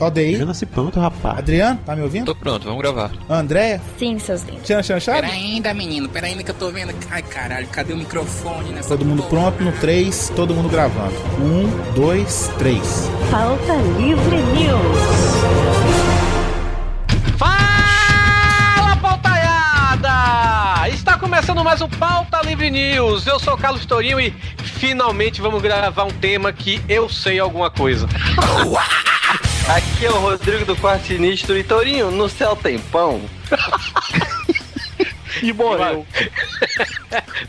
ODI, Eu nasci pronto, rapaz. Adriano, tá me ouvindo? Tô pronto, vamos gravar. Andréia, Sim, seus lindos. Tchan Chan Chave. Pera ainda, menino, pera ainda que eu tô vendo. Ai, caralho, cadê o microfone nessa Todo mundo porra? pronto no 3, todo mundo gravando. 1, 2, 3. Pauta Livre News. Fala, pautaiada! Está começando mais um Pauta Livre News. Eu sou o Carlos Torinho e finalmente vamos gravar um tema que eu sei alguma coisa. Aqui é o Rodrigo do Quarto Sinistro e Torinho, no céu tem pão. E morreu.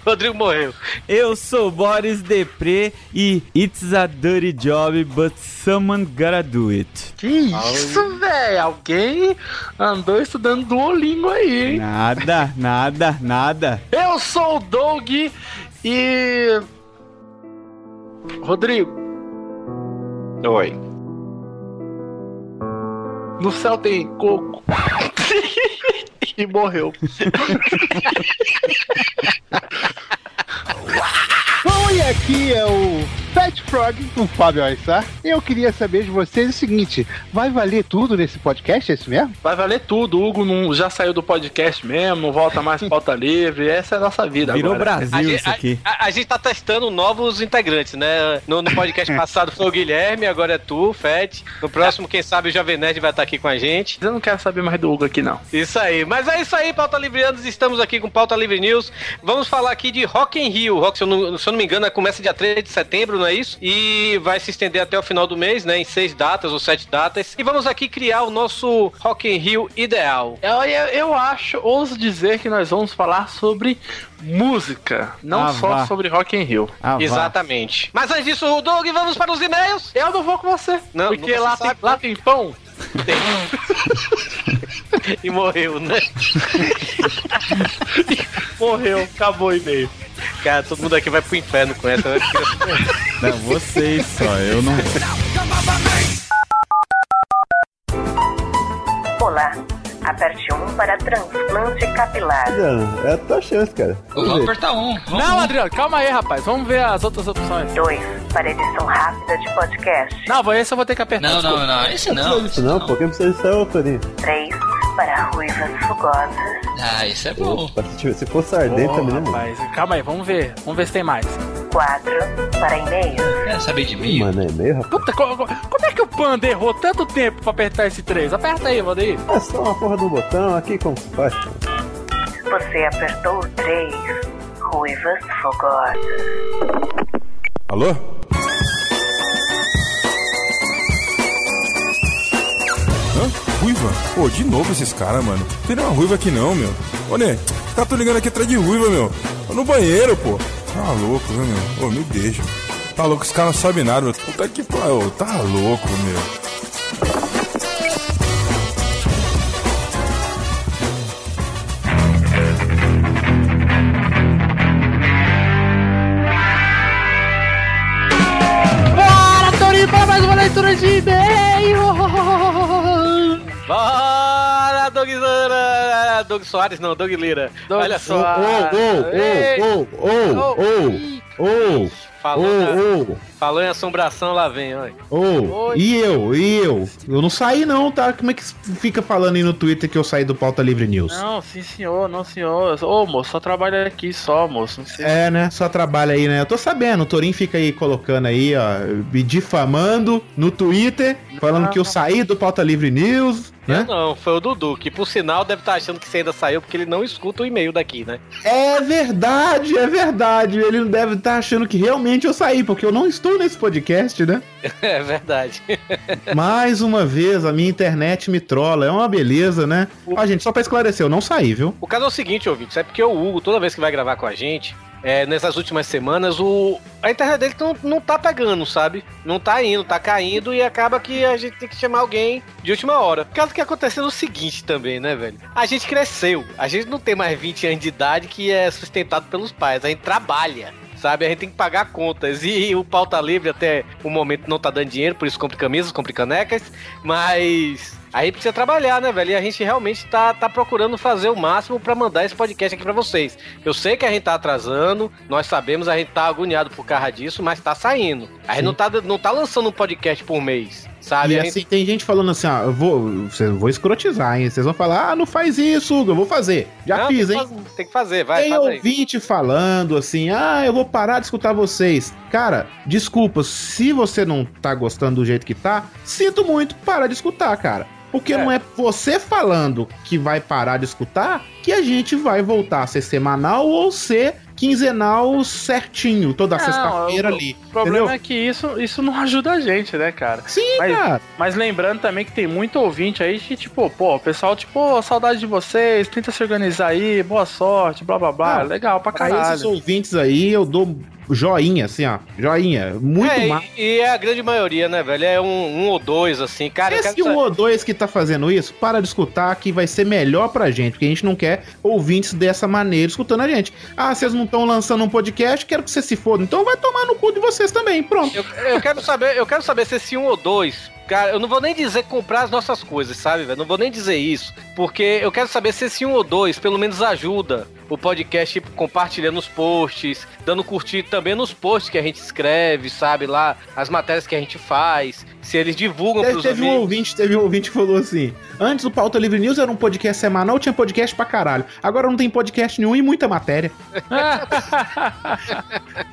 Rodrigo morreu. Eu sou Boris Depre e It's a dirty job, but someone gotta do it. Que isso, velho? Alguém andou estudando Duolingo aí, hein? Nada, nada, nada. Eu sou o Doug e. Rodrigo. Oi. No céu tem coco. e morreu. Bom, e aqui é o Fat Frog com o Fábio Aissar. E eu queria saber de vocês o seguinte: vai valer tudo nesse podcast, é isso mesmo? Vai valer tudo. O Hugo não, já saiu do podcast mesmo, não volta mais pauta livre. Essa é a nossa vida Virou agora. Brasil isso aqui. A, a gente tá testando novos integrantes, né? No, no podcast passado foi o Guilherme, agora é tu, Fed. No próximo, quem sabe, o Jovem Nerd vai estar aqui com a gente. Eu não quero saber mais do Hugo aqui, não. Isso aí, mas é isso aí, Pauta Livreanos, estamos aqui com Pauta Livre News. Vamos falar aqui de Rock in Rio. Rock, se, eu não, se eu não me engano, começa dia 3 de setembro, não é isso? E vai se estender até o final do mês, né? Em seis datas ou sete datas. E vamos aqui criar o nosso Rock in Rio ideal. Eu, eu, eu acho, ouso dizer que nós vamos falar sobre música, não Ah, só vá. sobre Rock in Rio. Ah, vá. Exatamente. Mas antes disso, Doug, vamos para os e-mails. Eu não vou com você, Não, porque nunca lá se tem, sabe, lá tem pão. E morreu, né? Morreu, acabou o e-mail. Cara, todo mundo aqui vai pro inferno com essa. né? Não, vocês só, eu não. Olá. Aperte 1 para transplante capilar. Adriano, é a tua chance, cara. Vamos apertar um. Vamos Não, Adriano, calma aí, rapaz. Vamos ver as outras opções. 2 para edição rápida de podcast. Não, vou- esse eu vou ter que apertar. Não, desculpa. não, não, esse Não precisa não. disso não, pô. Quem precisa disso é o Torinho. 3 para ruivas fugosas. Ah, isso é bom. Opa, se, tiver- Tipo, se fosse ardente Ô, também, né, mano? rapaz, calma aí, vamos ver. Vamos ver se tem mais. 4 para e-mail. Quer saber de mim? Mano, é meio, rapaz. Puta, co- co- como, é que o Panda errou tanto tempo pra apertar esse 3? Aperta aí, Valdeir. É só uma porra do botão aqui, como se faz? cara? Você apertou o 3. Ruivas fugosas. Alô? Hã? Ruiva? Pô, de novo esses caras, mano. Não tem nenhuma ruiva aqui não, meu. Ô, Nê, tá tô ligando aqui atrás de ruiva, meu. Tô no banheiro, pô. Tá louco, viu, meu? Ô, me deixa. Tá louco, esse cara não sabe nada, meu. Puta que pariu. Tá louco, meu. Bora, Torinho, para mais uma leitura de e-mail! Bora, Doug, Zara- Doug Soares, não, Doug Lira. Doug Olha só. Soares. Ei, Ou, ou, ou, ou, Falou, ou, falou em assombração, lá vem, olha. ou, ou. Oi. E eu, e eu? Eu não saí não, tá? Como é que fica falando aí no Twitter que eu saí do Pauta Livre News? Não, sim senhor, não senhor. Ô moço, só trabalha aqui só, moço. Não sei. É, né? Só trabalha aí, né? Eu tô sabendo, o Torin fica aí colocando aí, ó, me difamando no Twitter, falando que eu saí do Pauta Livre News, Eu né? não, foi o Dudu, que por sinal deve estar achando que você ainda saiu, porque ele não escuta o e-mail daqui, né? É verdade, é verdade. Ele não deve estar achando que realmente eu saí, porque eu não estou nesse podcast, né? É verdade. Mais uma vez, a minha internet me trola. É uma beleza, né? Ó, gente, só pra esclarecer, eu não saí, viu? O caso é o seguinte, ouvintes, é porque o Hugo, toda vez que vai gravar com a gente, é, nessas últimas semanas, o, a internet dele não, não tá pegando, sabe? Não tá indo, tá caindo e acaba que a gente tem que chamar alguém de última hora. O caso que aconteceu é o seguinte também, né, velho? A gente cresceu, a gente não tem mais 20 anos de idade que é sustentado pelos pais, a gente trabalha. sabe? A gente tem que pagar contas. E, e o pauta livre até o momento não tá dando dinheiro, por isso compre camisas, compre canecas, mas. Aí precisa trabalhar, né, velho? E a gente realmente tá, tá procurando fazer o máximo para mandar esse podcast aqui para vocês. Eu sei que a gente tá atrasando, nós sabemos, a gente tá agoniado por causa disso, mas tá saindo. A gente não tá, não tá lançando um podcast por mês, sabe? E A assim, gente- tem gente falando assim, ó, eu vou, vocês vou escrotizar, hein? Vocês vão falar, ah, não faz isso, Hugo, eu vou fazer. Já Não, fiz, tem hein? que faz- Tem que fazer, vai, tem faz aí. ouvinte falando assim, ah, eu vou parar de escutar vocês. Cara, desculpa, se você não tá gostando do jeito que tá, sinto muito, para de escutar, cara. Porque não é você falando que vai parar de escutar que a gente vai voltar a ser semanal ou ser quinzenal certinho, toda Não, sexta-feira o- ali. O problema entendeu? é que isso, isso não ajuda a gente, né, cara? Sim, mas, cara. Mas lembrando também que tem muito ouvinte aí que, tipo, pô, o pessoal, tipo, "Ô, saudade de vocês, tenta se organizar aí, boa sorte, blá blá blá. Não, Legal pra Pra esses caralho. ouvintes aí, eu dou joinha, assim, ó. Joinha. Muito É, mais. e, e é a grande maioria, né, velho? É um, um ou dois, assim, cara. eu Esse quero um saber- ou dois que tá fazendo isso, para de escutar que vai ser melhor pra gente, porque a gente não quer ouvintes dessa maneira escutando a gente. Ah, vocês não estão lançando um podcast, quero que vocês se fodam. Então vai tomar no cu de vocês também, pronto. Eu quero saber, eu quero saber se esse um ou dois. Cara, eu não vou nem dizer comprar as nossas coisas, sabe, velho? Não vou nem dizer isso. Porque eu quero saber se esse um ou dois, pelo menos, ajuda o podcast tipo, compartilhando os posts, dando curtir também nos posts que a gente escreve, sabe? Lá, as matérias que a gente faz, se eles divulgam Teve, pros teve um amigos. ouvinte, teve um ouvinte que falou assim: antes o Pauta Livre News era um podcast semanal, tinha podcast pra caralho. Agora não tem podcast nenhum e muita matéria.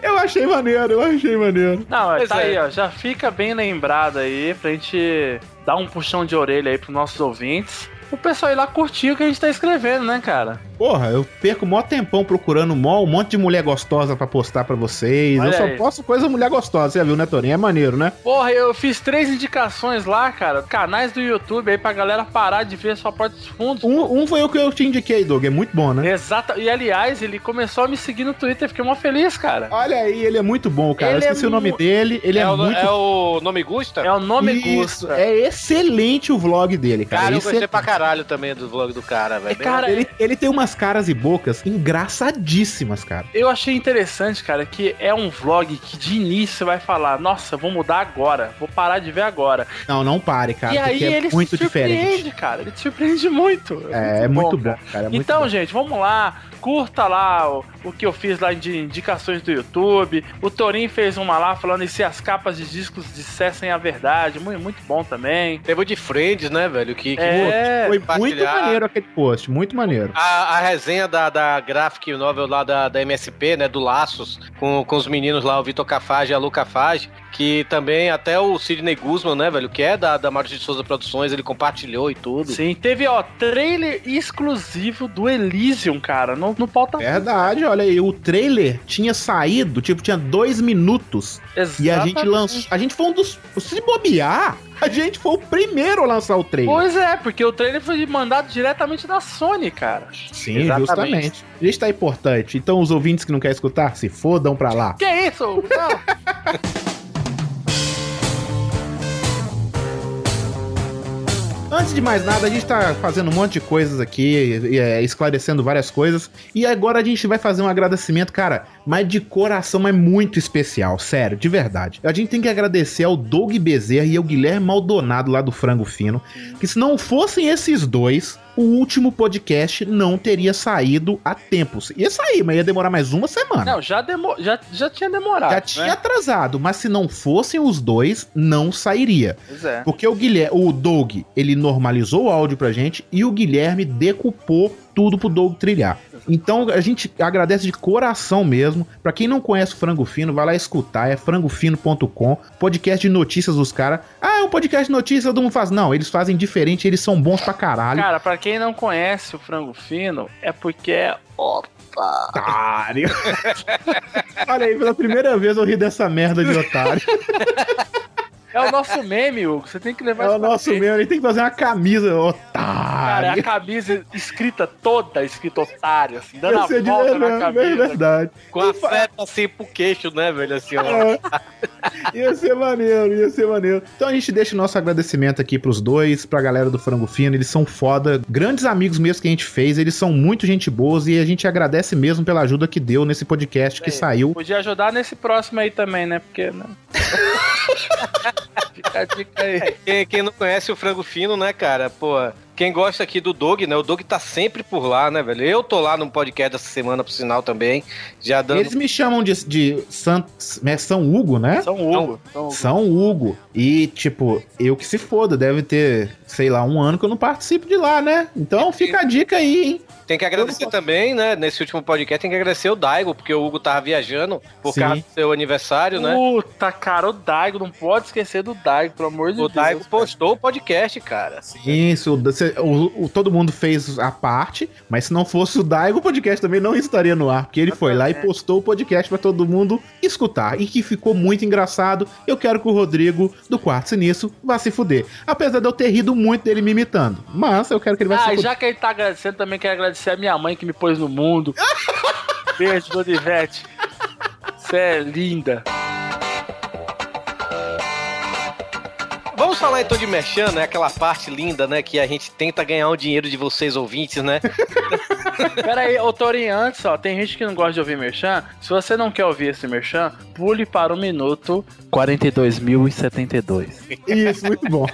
eu achei maneiro, eu achei maneiro. Não, é, Pois tá é. aí, ó. Já fica bem lembrado aí pra gente dar um puxão de orelha aí pros nossos ouvintes. O pessoal ir lá curtir o que a gente tá escrevendo, né, cara? Porra, eu perco o maior tempão procurando mó, um monte de mulher gostosa pra postar pra vocês. Olha eu só aí. posto coisa mulher gostosa, você já viu, né, Torinho? É maneiro, né? Porra, eu fiz três indicações lá, cara. Canais do YouTube aí pra galera parar de ver só Porta dos Fundos. Um, um foi o que eu te indiquei, Doug. É muito bom, né? Exato. E aliás, ele começou a me seguir no Twitter, fiquei mó feliz, cara. Olha aí, ele é muito bom, cara. eu Ele esqueci é o nome mu- dele. Ele é, o, muito. é o nome Gusta? É o nome Isso, É excelente o vlog dele, cara. Cara, eu Isso é- gostei pra caralho também do vlog do cara, É, velho. ele, ele tem umas caras e bocas engraçadíssimas, cara. Eu achei interessante, cara, que é um vlog que de início você vai falar, nossa, eu vou mudar agora, vou parar de ver agora. Não, não pare, cara. e aí porque é ele muito te surpreende, diferente. cara. Ele te surpreende muito. É, é muito bom, cara. é muito então, gente, vamos lá. Curta lá o, o que eu fiz lá de indicações do YouTube. O Torin fez uma lá falando e se as capas de discos dissessem a verdade. Muito, muito bom também. Teve o de Friends, né, velho? Que, que É, Foi muito compartilhar. maneiro aquele post, muito maneiro. A, a resenha da, da graphic novel lá da, da MSP, né, do Laços, com, com os meninos lá, o Vitor Cafage e a Lu Cafage, que também até o Sidney Guzman, né, velho, que é da, da Mário de Souza Produções, ele compartilhou e tudo. Sim, teve, ó, trailer exclusivo do Elysium, cara, no, no pauta. É? Verdade, olha aí, o trailer tinha saído, tipo, tinha dois minutos. E a gente Exatamente. lançou. A gente foi um dos. Se bobear, a gente foi o primeiro a lançar o trailer. Pois é, porque o trailer foi mandado diretamente da Sony, cara. Sim, justamente. A gente tá importante. Então, os ouvintes que não querem escutar, se fodam pra lá. Que é isso? Não. Antes de mais nada, a gente tá fazendo um monte de coisas aqui, e, é, esclarecendo várias coisas. E agora a gente vai fazer um agradecimento, cara, mas de coração, mas muito especial, sério, de verdade. A gente tem que agradecer ao Doug Bezerra e ao Guilherme Maldonado lá do Frango Fino, que se não fossem esses dois, o último podcast não teria saído a tempos. Ia sair, mas ia demorar mais uma semana. Não, já, demo, já, já tinha demorado. Já né? tinha atrasado, mas se não fossem os dois, não sairia. Pois é. Porque o Guilherme, o Doug, ele normalizou o áudio pra gente e o Guilherme decupou tudo pro Doug trilhar. Então a gente agradece de coração mesmo. Pra quem não conhece o Frango Fino, vai lá escutar, é frangofino.com, podcast de notícias dos caras. Ah, é um podcast de notícias, todo mundo faz. Não, eles fazem diferente, eles são bons pra caralho. Cara, pra quem não conhece o frango fino, é porque é otário. Olha aí, pela primeira vez eu ri dessa merda de otário. É o nosso meme, Hugo. Você tem que levar É o nosso meme, ele tem que fazer uma camisa, otário. Cara, é a camisa escrita toda, escrita otário, assim, dando a Esse é de volta na verdade, camisa. É verdade. Com a seta assim pro queixo, né, velho? Assim, ó. É. Ia ser maneiro, ia ser maneiro. Então a gente deixa o nosso agradecimento aqui pros dois, pra galera do Frango Fino, eles são foda, grandes amigos mesmo que a gente fez, eles são muito gente boas e a gente agradece mesmo pela ajuda que deu nesse podcast É, que saiu. Podia ajudar nesse próximo aí também, né? Porque, né? É, Fica a dica aí. É, Quem, quem não conhece o frango fino, né, cara? Pô, quem gosta aqui do Dog, né? O Dog tá sempre por lá, né, velho? Eu tô lá no podcast essa semana, por sinal, também. Já dando. Eles me chamam de, de Santos, né, São Hugo, né? São Hugo. São Hugo. São Hugo. E, tipo, eu que se foda, deve ter, sei lá, um ano que eu não participo de lá, né? É, Então fica a dica aí, hein? Tem que agradecer também, né? Nesse último podcast, tem que agradecer o Daigo, porque o Hugo tava viajando por Sim. causa do seu aniversário, né? Puta, cara, o Daigo, não pode esquecer do Daigo, pelo amor de O Deus. Daigo postou o podcast, cara. Isso, você- o, o- todo mundo fez a parte, mas se não fosse o Daigo, o podcast também não estaria no ar, porque ele foi É. lá e postou o podcast pra todo mundo escutar, e que ficou muito engraçado. Eu quero que o Rodrigo, do Quarto Sinistro, vá se fuder. Apesar de eu ter rido muito dele me imitando, mas eu quero que ele vá se Ah, e fuder. já que ele tá agradecendo, também quero agradecer a minha mãe que me pôs no mundo. Beijo, Donivete. Você é linda. Vamos falar então de merchan, né? Aquela parte linda, né? Que a gente tenta ganhar o dinheiro de vocês ouvintes, né? Pera aí, ô Torinho, antes, ó, tem gente que não gosta de ouvir merchan. Se você não quer ouvir esse merchan, pule para o minuto 42.072. Isso, muito bom.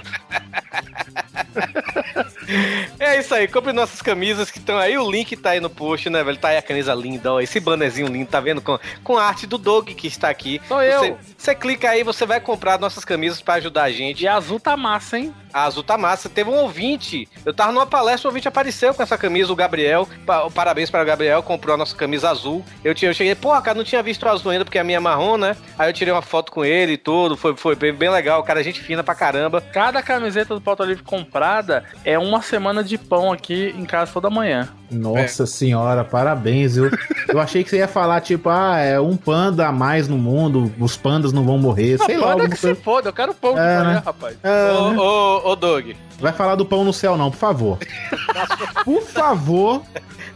É isso aí, compre nossas camisas que estão aí. O link tá aí no post, né, velho? Tá aí a camisa linda, ó. Esse bannerzinho lindo, tá vendo? Com, com a arte do Doug que está aqui. Sou Você, eu. você clica aí, você vai comprar nossas camisas pra ajudar a gente. E a azul tá massa, hein? A azul tá massa. Teve um ouvinte. Eu tava numa palestra, o ouvinte apareceu com essa camisa, o Gabriel. Pa- parabéns para o Gabriel, comprou a nossa camisa azul. Eu, tinha, eu cheguei, porra, cara, não tinha visto a azul ainda, porque a minha é marrom, né? Aí eu tirei uma foto com ele e tudo. Foi, foi bem, bem legal, cara. Gente fina pra caramba. Cada camiseta do Pauta Livre comprada é uma semana de pão aqui em casa toda manhã. Nossa senhora, parabéns, viu? Eu achei que você ia falar, tipo, ah, é um panda a mais no mundo, os pandas não vão morrer, sei lá. panda alguma que se coisa. foda, eu quero pão de É, manhã, né? rapaz. É, né? Ô, ô, ô, Doug. Vai falar do pão no céu, não, por favor. Por favor,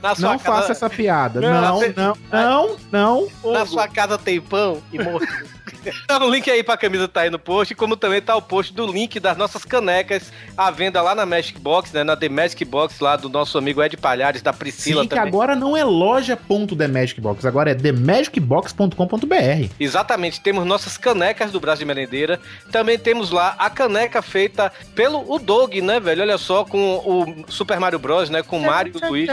Na sua não casa- faça essa piada. É Não, Não, você- não, não, não. Na sua casa tem pão e morto. então, o link aí pra camisa tá aí no post, como também tá o post do link das nossas canecas à venda lá na Magic Box, né? Na The Magic Box lá do nosso amigo Ed Palhares, da Priscila Sim, que também. agora não é loja.themagicbox, agora é themagicbox.com.br. Exatamente, temos nossas canecas do Braço de Merendeira. Também temos lá a caneca feita pelo o Dog, né, velho? Olha só, com o Super Mario Bros, né? Com o Mario e o Luigi.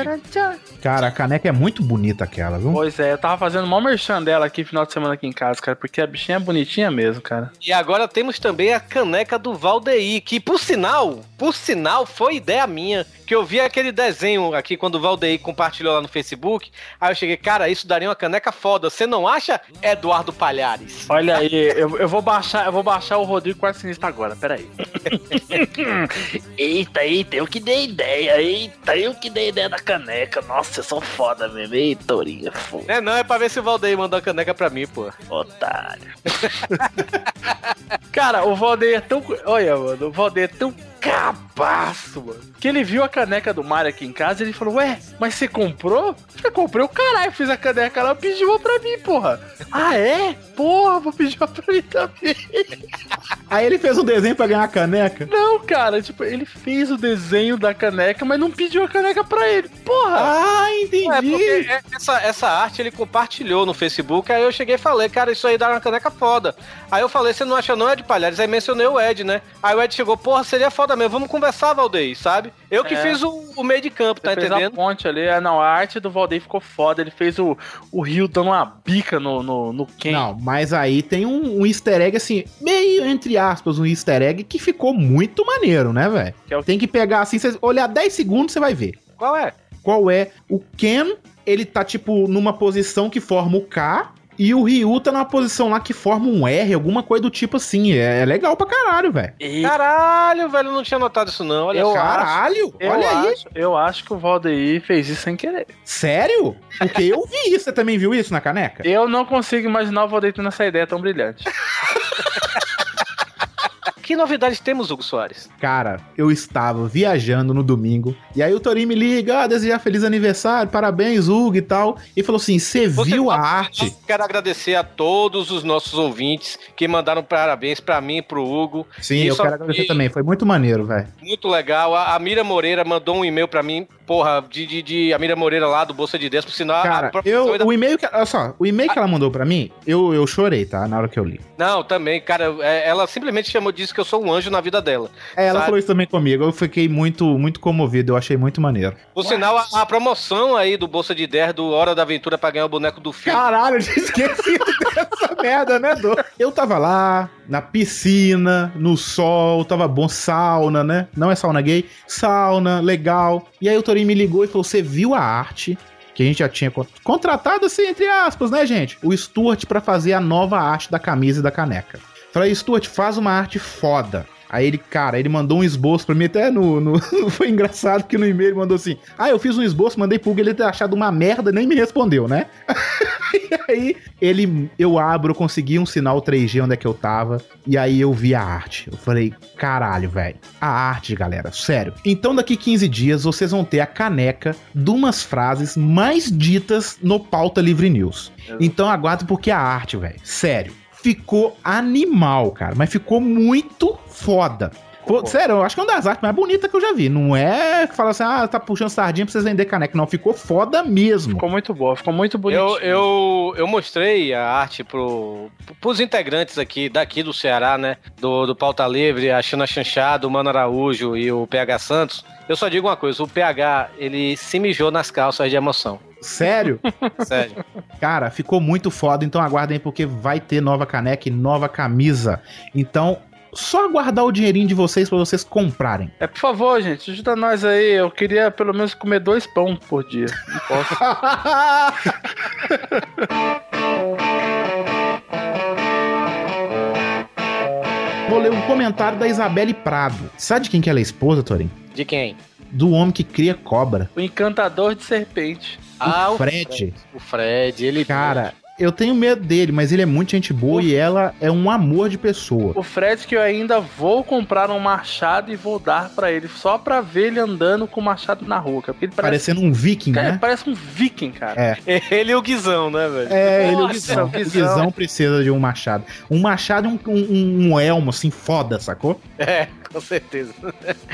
Cara, a caneca é muito bonita aquela, viu? Pois é, eu tava fazendo mó merchan dela aqui final de semana aqui em casa, cara, porque a bichinha é bonitinha mesmo, cara. E agora temos também a caneca do Valdeir, que por sinal, por sinal, foi ideia minha. Que eu vi aquele desenho aqui quando o Valdeir compartilhou lá no Facebook. Aí eu cheguei, cara, isso daria uma caneca foda. Você não acha, Eduardo Palhares? Olha aí, eu, eu vou baixar, eu vou baixar o Rodrigo Quarto Sinistro agora, peraí. eita, eita, eu que dei ideia, eita, eu que dei ideia da caneca. Nossa, eu sou foda mesmo, eita, Torinho, foda. É não, é pra ver se o Valdeir mandou a caneca pra mim, pô. Otário. Cara, o Valdeir é tão. Olha, mano, o Valdeir é tão cabaço, mano. Que ele viu a caneca do Mario aqui em casa e ele falou: Ué, mas você comprou? Eu falei, comprei o caralho, fiz a caneca ela pediu uma pra mim, porra. Ah, é? Porra, vou pedir uma pra mim também. Aí ele fez um desenho pra ganhar a caneca. Não, cara, tipo, ele fez o desenho da caneca, mas não pediu a caneca pra ele. Porra! Ah, É, porque entendi. é- essa, essa arte ele compartilhou no Facebook, aí eu cheguei e falei, cara, isso aí dá uma caneca foda. Aí eu falei, você não acha não, Ed Palhares? Aí mencionei o Ed, né? Aí o Ed chegou, porra, seria foda mesmo, vamos conversar, Valdeir, sabe? Eu que É. fiz o, o meio de campo, tá Ele fez entendendo? a ponte ali. Ah, não, a arte do Valdeir ficou foda. Ele fez o, o Rio dando uma bica no, no, no Ken. Não, mas aí tem um, um easter egg assim, meio entre aspas, um easter egg que ficou muito maneiro, né, velho? Que é o- Tem que pegar assim, você olhar 10 segundos, você vai ver. Qual é? qual é o Ken, ele tá tipo numa posição que forma o K e o Ryu tá numa posição lá que forma um R, alguma coisa do tipo assim. É, é legal pra caralho, velho. Eita, Caralho, velho, eu não tinha notado isso não. Olha Eu só. acho- Caralho, Eu olha aí. acho, Eu acho que o Valdeir fez isso sem querer. Sério? Porque eu vi isso, você também viu isso na caneca? Eu não consigo imaginar o Valdeir tendo essa ideia tão brilhante. Ah, que novidades temos, Hugo Soares? Cara, eu estava viajando no domingo, e aí o Torinho me liga, ah, desejar feliz aniversário, parabéns, Hugo e tal. E falou assim: você viu a assim, arte? Quero agradecer a todos os nossos ouvintes que mandaram parabéns pra mim e pro Hugo. Sim, eu quero agradecer também, foi muito maneiro, velho. Muito legal. A, a Mira Moreira mandou um e-mail pra mim, porra, de, de, de- a Mira Moreira lá do Bolsa de Deus, por sinal. Cara, a eu, o e-mail que, olha só, o e-mail que ela mandou pra mim, eu, eu chorei, tá? Na hora que eu li. Não, também, cara, é, ela simplesmente chamou disso que eu sou um anjo na vida dela. É, ela sabe? falou isso também comigo. Eu fiquei muito, muito comovido. Eu achei muito maneiro. Por sinal, a, a promoção aí do Bolsa de 10 do Hora da Aventura pra ganhar o boneco do filho. Caralho, eu tinha esquecido dessa merda, né, Dô? Eu tava lá, na piscina, no sol, tava bom, sauna, né? Não é sauna gay, sauna, legal. E aí o Torinho me ligou e falou: Você viu a arte? Que a gente já tinha con- contratado, assim, entre aspas, né, gente? O Stuart pra fazer a nova arte da camisa e da caneca. Falei, Stuart, faz uma arte foda. Aí ele, cara, ele mandou um esboço pra mim, até no. no- foi engraçado que no e-mail ele mandou assim: Ah, eu fiz um esboço, mandei pro Hugo, ele ter achado uma merda e nem me respondeu, né? E aí, ele, eu abro, eu consegui um sinal 3G onde é que eu tava, e aí eu vi a arte. Eu falei, caralho, velho, a arte, galera, sério. Então, daqui 15 dias, vocês vão ter a caneca de umas frases mais ditas no Pauta Livre News. Então, aguardo porque a arte, velho, sério, ficou animal, cara, mas ficou muito foda. Pô, Sério, eu acho que é uma das artes mais bonitas que eu já vi. Não é que fala assim, ah, tá puxando sardinha pra vocês vender caneca. Não, ficou foda mesmo. Ficou muito boa, ficou muito Eu, eu, eu mostrei a arte pro, pros integrantes aqui, daqui do Ceará, né? Do, do Pauta Livre, a China Chanchado, o Mano Araújo e o PH Santos. Eu só digo uma coisa, o PH, ele se mijou nas calças de emoção. Sério? Sério. Cara, ficou muito foda, então aguardem porque vai ter nova caneca e nova camisa. Então, só aguardar o dinheirinho de vocês pra vocês comprarem. É, por favor, gente, ajuda nós aí. Eu queria pelo menos comer dois pão por dia. Não posso. Vou ler um comentário da Isabelle Prado. Sabe de quem que ela é esposa, Torin? De quem? Do homem que cria cobra. o encantador de serpente. Ah, o Fred. O Fred, ele. Cara, eu tenho medo dele, mas ele é muito gente boa e ela é um amor de pessoa. O Fred que eu ainda vou comprar um machado e vou dar pra ele só pra ver ele andando com o machado na rua, cara, porque ele parece, Parecendo um viking, cara, né? ele parece um viking, cara. É. Ele e o Guizão, né, velho? É, ele é o Nossa, Guizão. O Guizão. Guizão precisa de um machado. Um machado e um, um, um elmo, assim, foda, sacou? É, com certeza.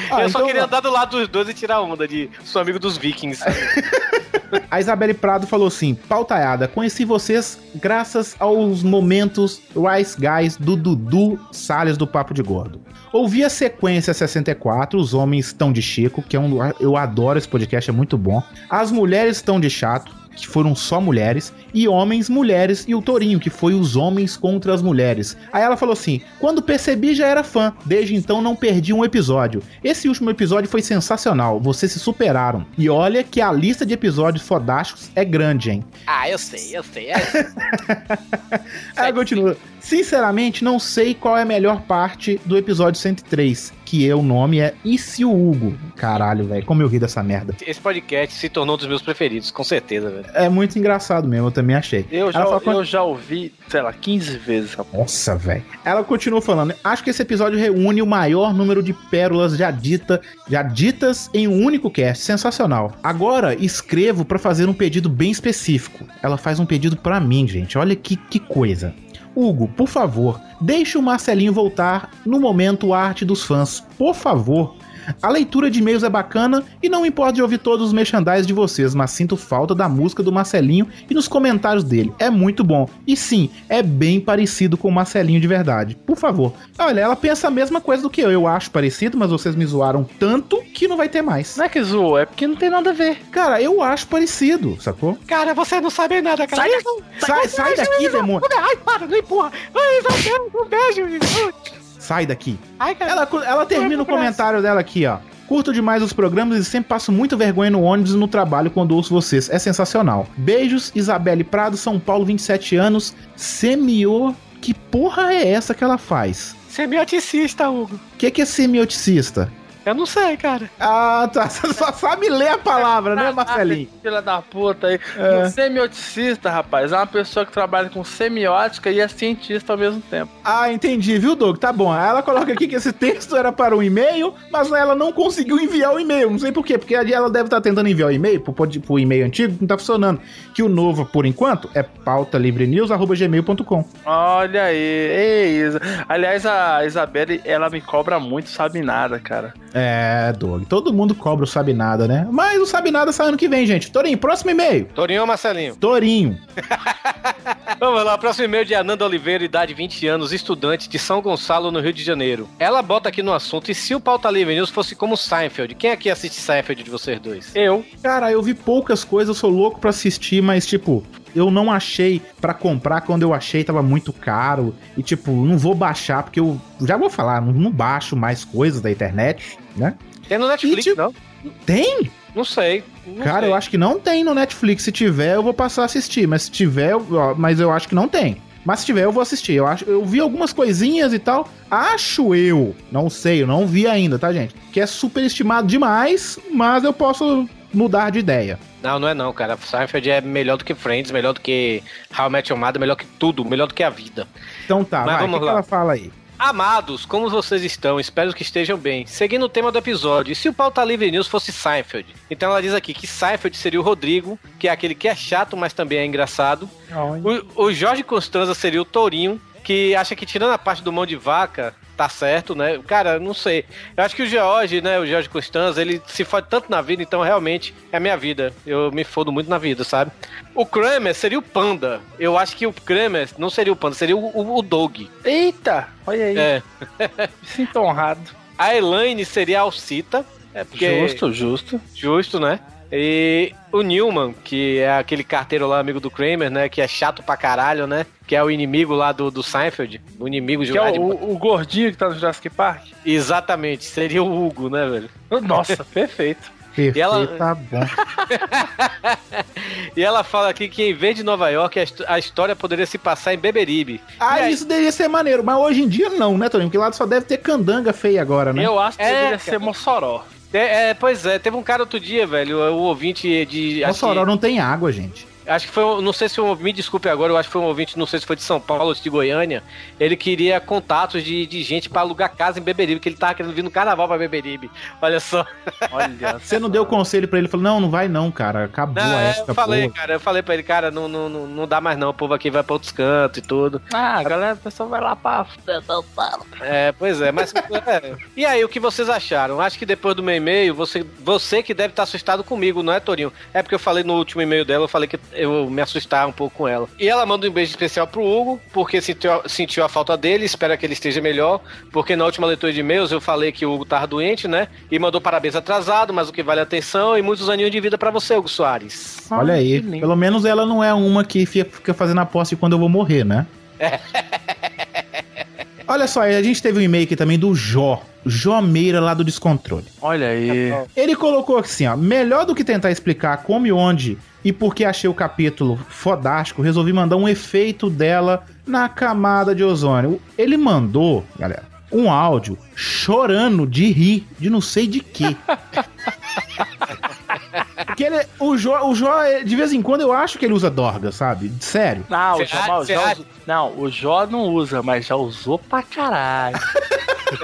Ah, eu só então- queria andar do lado dos dois e tirar onda de sou amigo dos vikings. A Isabelle Prado falou assim: pautaiada, conheci vocês graças aos momentos Rice Guys do Dudu Salles do Papo de Gordo. Ouvi a sequência 64, Os Homens Estão de Chico, que é um. Eu adoro esse podcast, é muito bom. As Mulheres Estão de Chato, que foram só mulheres, e Homens, Mulheres e o Torinho, que foi Os Homens contra as Mulheres. Aí ela falou assim: quando percebi já era fã, desde então não perdi um episódio. Esse último episódio foi sensacional, vocês se superaram. E olha que a lista de episódios fodásticos é grande, hein? ah, eu sei, eu sei. Aí continua. Sinceramente, não sei qual é a melhor parte do episódio 103, que é o nome é E se o Hugo? Caralho, velho, como eu ri dessa merda. Esse podcast se tornou um dos meus preferidos, com certeza, velho. É muito engraçado mesmo, eu também achei. Eu já, Ela fala, eu já ouvi, sei lá, 15 vezes, rapaz. Nossa, velho. Ela continua falando. Acho que esse episódio reúne o maior número de pérolas já, dita, já ditas em um único cast. Sensacional. Agora escrevo pra fazer um pedido bem específico. Ela faz um pedido pra mim, gente. Olha que, que coisa. Hugo, por favor, deixe o Marcelinho voltar no momento arte dos fãs. Por favor. A leitura de e-mails é bacana e não me importa de ouvir todos os merchandise de vocês, mas sinto falta da música do Marcelinho e nos comentários dele. É muito bom. E sim, é bem parecido com o Marcelinho de verdade. Por favor. Olha, ela pensa a mesma coisa do que eu. Eu acho parecido, mas vocês me zoaram tanto que não vai ter mais. Não é que zoou, é porque não tem nada a ver. Cara, eu acho parecido, sacou? Cara, você não sabe nada, cara. Sai daqui, sai, sai daqui, demônio. Ai, para, não empurra. Ai, vai, vai, um beijo. Sai daqui. Ai, cara. Ela, ela termina o comentário dela aqui, ó. Curto demais os programas e sempre passo muita vergonha no ônibus e no trabalho quando ouço vocês. É sensacional. Beijos, Isabelle Prado, São Paulo, 27 anos. Semiô. Que porra é essa que ela faz? Semioticista, Hugo. O que, que é semioticista? Eu não sei, cara. Ah, tá. Você só sabe ler a palavra, né, Marcelinho? Filha da puta aí. É. Um semioticista, rapaz, é uma pessoa que trabalha com semiótica e é cientista ao mesmo tempo. Ah, entendi, viu, Doug? Tá bom. Aí ela coloca aqui que esse texto era para um e-mail, mas ela não conseguiu enviar o e-mail. Não sei por quê, porque ali ela deve estar tentando enviar o e-mail pro, pod- pro e-mail antigo que não tá funcionando. Que o novo, por enquanto, é pautalivrenews.gmail.com. Olha aí. Ei, Isa. Aliás, a Isabelle, ela me cobra muito, sabe nada, cara. É, Doug. Todo mundo cobra o Sabe Nada, né? Mas o Sabe Nada sai ano que vem, gente. Torinho, próximo e-mail. Torinho ou Marcelinho? Torinho. Vamos lá, próximo e-mail é de Ananda Oliveira, idade 20 anos, estudante de São Gonçalo, no Rio de Janeiro. Ela bota aqui no assunto, e se o Pauta Livre News fosse como Seinfeld? Quem aqui assiste Seinfeld de vocês dois? Eu. Cara, eu vi poucas coisas, eu sou louco pra assistir, mas tipo, eu não achei para comprar quando eu achei tava muito caro e tipo não vou baixar porque eu já vou falar não, não baixo mais coisas da internet né tem no Netflix e, tipo, não tem não sei não cara sei. eu acho que não tem no Netflix se tiver eu vou passar a assistir mas se tiver eu, ó, mas eu acho que não tem mas se tiver, eu vou assistir. Eu, acho, eu vi algumas coisinhas e tal. Acho eu, não sei, eu não vi ainda, tá, gente? Que é superestimado demais, mas eu posso mudar de ideia. Não, não é não, cara. Seinfeld é melhor do que Friends, melhor do que How I Met Your Mother, melhor que tudo, melhor do que a vida. Então tá, mas vai, vamos que lá. Que ela fala aí. Amados, como vocês estão? Espero que estejam bem. Seguindo o tema do episódio, e se o Pauta Livre News fosse Seinfeld? Então ela diz aqui que Seinfeld seria o Rodrigo, que é aquele que é chato, mas também é engraçado. O, o Jorge Constanza seria o Tourinho, que acha que tirando a parte do mão de vaca, tá certo, né? Cara, não sei. Eu acho que o George, né? O George Costanza, ele se fode tanto na vida, então realmente é a minha vida. Eu me fodo muito na vida, sabe? O Kramer seria o Panda. Eu acho que o Kramer não seria o Panda, seria o, o, o Dog. Eita! Olha aí. É. me sinto honrado. A Elaine seria a Alcita. É porque... Justo, justo. Justo, né? E o Newman, que é aquele carteiro lá, amigo do Kramer, né? Que é chato pra caralho, né? Que é o inimigo lá do, do Seinfeld. O inimigo de que é o, o, gordinho que tá no Jurassic Park? Exatamente, seria o Hugo, né, velho? Nossa, perfeito. Perfeito, e ela... tá bom. e ela fala aqui que em vez de Nova York, a história poderia se passar em Beberibe. Ah, aí... isso deveria ser maneiro, mas hoje em dia não, né, Toninho? Porque lá só deve ter candanga feia agora, né? Eu acho que é, deveria cara. ser Mossoró. É, é, pois é, teve um cara outro dia, velho, o ouvinte de. Mossoró que, não tem água, gente. Acho que foi, não sei se um, me desculpe agora, eu acho que foi um ouvinte, não sei se foi de São Paulo ou de Goiânia. Ele queria contatos de, de gente para alugar casa em Beberibe, que ele tava querendo vir no carnaval para Beberibe. Olha só. Olha. Você só. não deu conselho para ele, falou: "Não, não vai não, cara, acabou não, esta Eu falei, porra. cara, eu falei para ele, cara, não, não, não, não, dá mais não, o povo aqui vai para outros cantos e tudo. Ah, a galera, o pessoal vai lá para É, pois é, mas é. E aí, o que vocês acharam? Acho que depois do meu e-mail, você você que deve estar assustado comigo, não é, Torinho? É porque eu falei no último e-mail dela, eu falei que eu me assustar um pouco com ela. E ela manda um beijo especial pro Hugo, porque sentiu a, sentiu a falta dele, espera que ele esteja melhor, porque na última leitura de e-mails eu falei que o Hugo tava doente, né? E mandou parabéns atrasado, mas o que vale a atenção e muitos aninhos de vida para você, Hugo Soares. Olha aí, pelo menos ela não é uma que fica fazendo aposta de quando eu vou morrer, né? É. Olha só, a gente teve um e-mail aqui também do Jó. Jó Meira lá do Descontrole. Olha aí. Ele colocou assim, ó. Melhor do que tentar explicar como e onde e porque achei o capítulo fodástico, resolvi mandar um efeito dela na camada de ozônio. Ele mandou, galera, um áudio chorando de rir de não sei de quê. Porque ele, o Jó, o Jó, é, de vez em quando eu acho que ele usa dorga, sabe? Sério. Não, o Jó, o Jó, não, o Jó não usa, mas já usou pra caralho.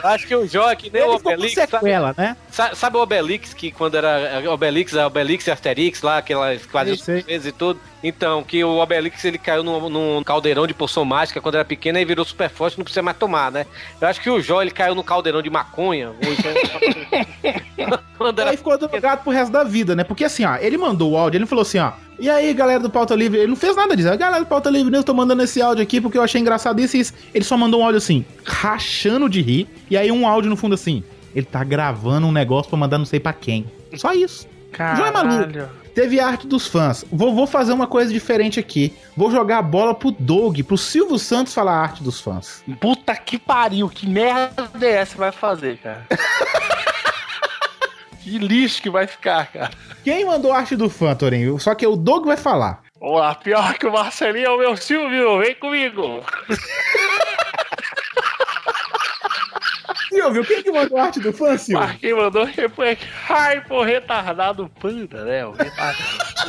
Eu acho que o Jó é que nem ele o Obelix. Sequela, sabe, né? Sabe, sabe, o Obelix, que quando era é, Obelix, a Obelix e Asterix lá, aquelas quase vezes e tudo. Então, que o Obelix ele caiu num, num caldeirão de poção mágica quando era pequeno e virou super forte, não precisa mais tomar, né? Eu acho que o Jó ele caiu num caldeirão de maconha. então- quando era... Aí ficou drogado pro resto da vida, né? Porque assim, ó, ele mandou o áudio, ele falou assim, ó. E aí, galera do Pauta Livre, ele não fez nada disso. "Ah, Galera do Pauta Livre, eu tô mandando esse áudio aqui porque eu achei engraçado isso e isso. Ele só mandou um áudio assim, rachando de rir. E aí um áudio no fundo assim, ele tá gravando um negócio pra mandar não sei pra quem. Só isso. Caralho. João é maluco. Teve a arte dos fãs. Vou, vou fazer uma coisa diferente aqui. Vou jogar a bola pro Doug, pro Silvio Santos falar a arte dos fãs. Puta que pariu, que merda é essa vai fazer, cara? que lixo que vai ficar, cara. Quem mandou a arte do fã, Torinho? Só que o Doug vai falar. Olá, pior que o Marcelinho é o meu Silvio, vem comigo. E eu vi. Quem que mandou a arte do fã, Silvio? Marquinhos mandou replay. Ai, pô, retardado panda, né? O, retardado,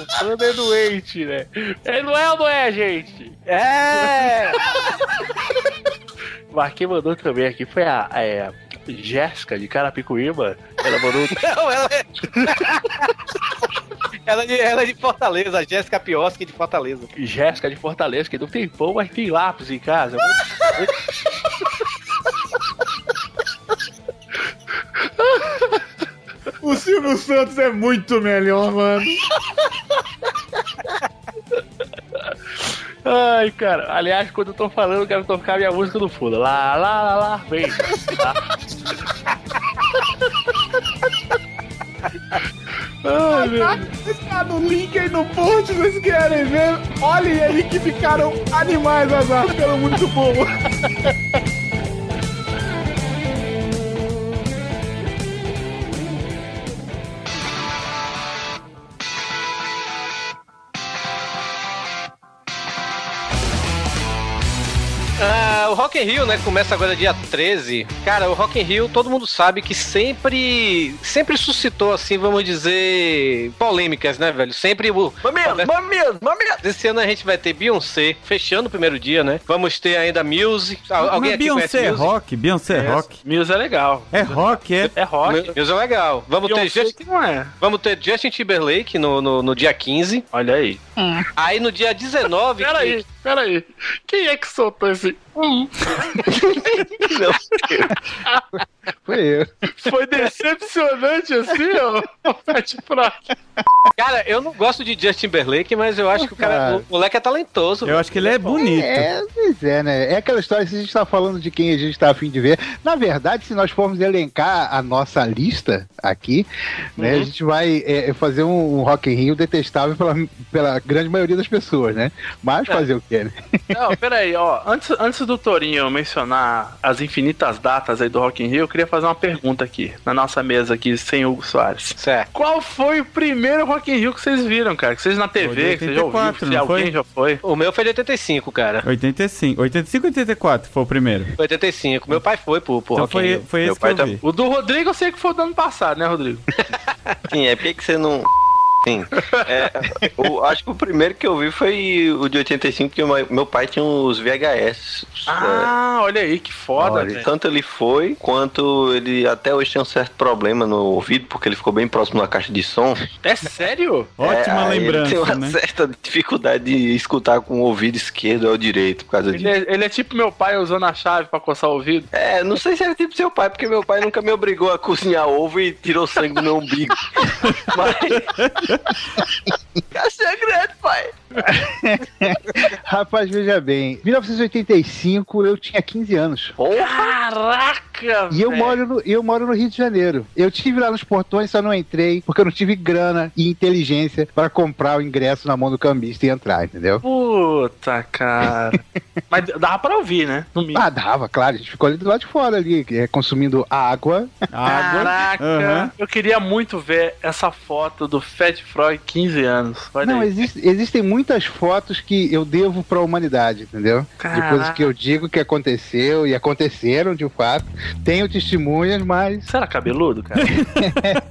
o panda é doente, né? Ele não é ou não é, gente? É! Marquinhos mandou também aqui. Foi a, é, Jéssica de Carapicuíba. Ela mandou. Não, ela é. ela, é de, ela é de Fortaleza, a Jéssica Pioski de Fortaleza. Jéssica de Fortaleza, que não tem pão, mas tem lápis em casa. O Silvio Santos é muito melhor, mano. Ai, cara. Aliás, quando eu tô falando, eu quero tocar a minha música no fundo. Lá, lá, lá, lá, vem. Lá. Ai, meu. Tá no link aí no post, vocês querem ver? Olhem aí que ficaram animais as artes, ficaram muito bom. Ah, o Rock in Rio, né, começa agora dia 13. Cara, o Rock in Rio, todo mundo sabe que sempre sempre suscitou assim, vamos dizer, polêmicas, né, velho? Sempre o Mamilos, mamilos, mamilos. Esse ano a gente vai ter Beyoncé fechando o primeiro dia, né? Vamos ter ainda Muse. Al- Alguém Mas aqui conhece Beyoncé é Muse? rock? Beyoncé é rock? Mills é legal. É rock, é? É rock. Muse é legal. Vamos ter, Beyoncé Justin, que não é. vamos ter Justin Timberlake no, no, no dia 15. Olha aí. Aí no dia 19. que- Peraí, peraí. Quem é que soltou esse? Hum. Foi eu. Foi decepcionante assim, ó. Pode pra... Cara, eu não gosto de Justin Timberlake, mas eu acho que o cara, Cara. o moleque é talentoso. Ah. Eu acho que ele é bonito. É, pois é, né? É aquela história, se a gente tá falando de quem a gente tá afim de ver. Na verdade, se nós formos elencar a nossa lista aqui, né? Uhum. A gente vai é, fazer um, um Rock in Rio detestável pela, pela grande maioria das pessoas, né? É. Mas fazer o quê, né? Não, peraí, ó. Antes, antes do Torinho mencionar as infinitas datas aí do Rock in Rio, eu queria fazer uma pergunta aqui, na nossa mesa aqui, sem Hugo Soares. Certo. Qual foi o primeiro Rock in Rio que vocês viram, cara? Que vocês na TV, que vocês já ouviram, 84, que se não alguém foi? já foi. O meu foi de 85, cara. 85. 85 ou 84 foi o primeiro? 85. Meu pai foi pro, pro Então Rock in foi, Rio. foi Meu esse que pai eu tá- vi. O do Rodrigo eu sei que foi do ano passado, né, Rodrigo? Sim, é por que que você não. Sim. É, o- acho que o primeiro que eu vi foi o de 85, que meu meu pai tinha os VHS. Ah, olha aí, que É, foda, olha, velho. tanto ele foi, quanto ele até hoje tem um certo problema no ouvido, porque ele ficou bem próximo da caixa de som. É sério? Ótima É, aí lembrança, Ele tem uma né? certa dificuldade de escutar com o ouvido esquerdo ou direito por causa Ele disso. é, ele é tipo meu pai usando a chave pra coçar o ouvido. É, não sei se era tipo seu pai, porque meu pai nunca me obrigou a cozinhar ovo e tirou sangue do meu umbigo. Mas. Caixa é né? grande, pai. Rapaz, veja bem. 1985, eu tinha 15 anos. Caraca, E eu velho. moro, no, eu moro no Rio de Janeiro. Eu tive lá nos portões, só não entrei, porque eu não tive grana e inteligência pra comprar o ingresso na mão do cambista e entrar, entendeu? Puta, cara. Mas dava pra ouvir, né? No mínimo. Ah, dava, claro, a gente ficou ali do lado de fora ali, eh, consumindo água. Água. Caraca, Aham. eu queria muito ver essa foto do Fat Frog 15 anos. Olha Não, aí. existe- existem muitas fotos que eu devo pra humanidade, entendeu? De Caraca. coisas que eu digo que aconteceu e aconteceram de fato. Tenho testemunhas, mas Será cabeludo, cara?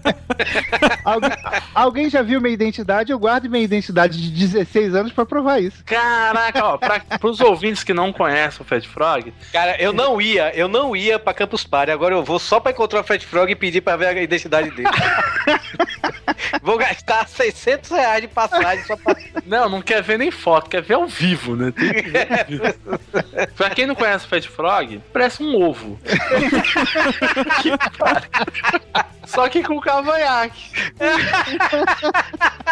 alguém, alguém já viu minha identidade, eu guardo minha identidade de 16 anos pra provar isso. Caraca, ó, pra, pros ouvintes que não conhecem o Fat Frog, Cara, eu não ia, eu não ia pra Campus Party. Agora eu vou só pra encontrar o Fred Frog e pedir pra ver a identidade dele. vou gastar 600 reais de passagem só pra. não, não quer ver nem foto, quer ver ao vivo, né? Tem que ver ao vivo. pra quem não conhece o Fat Frog, parece um ovo. Só que com cavanhaque.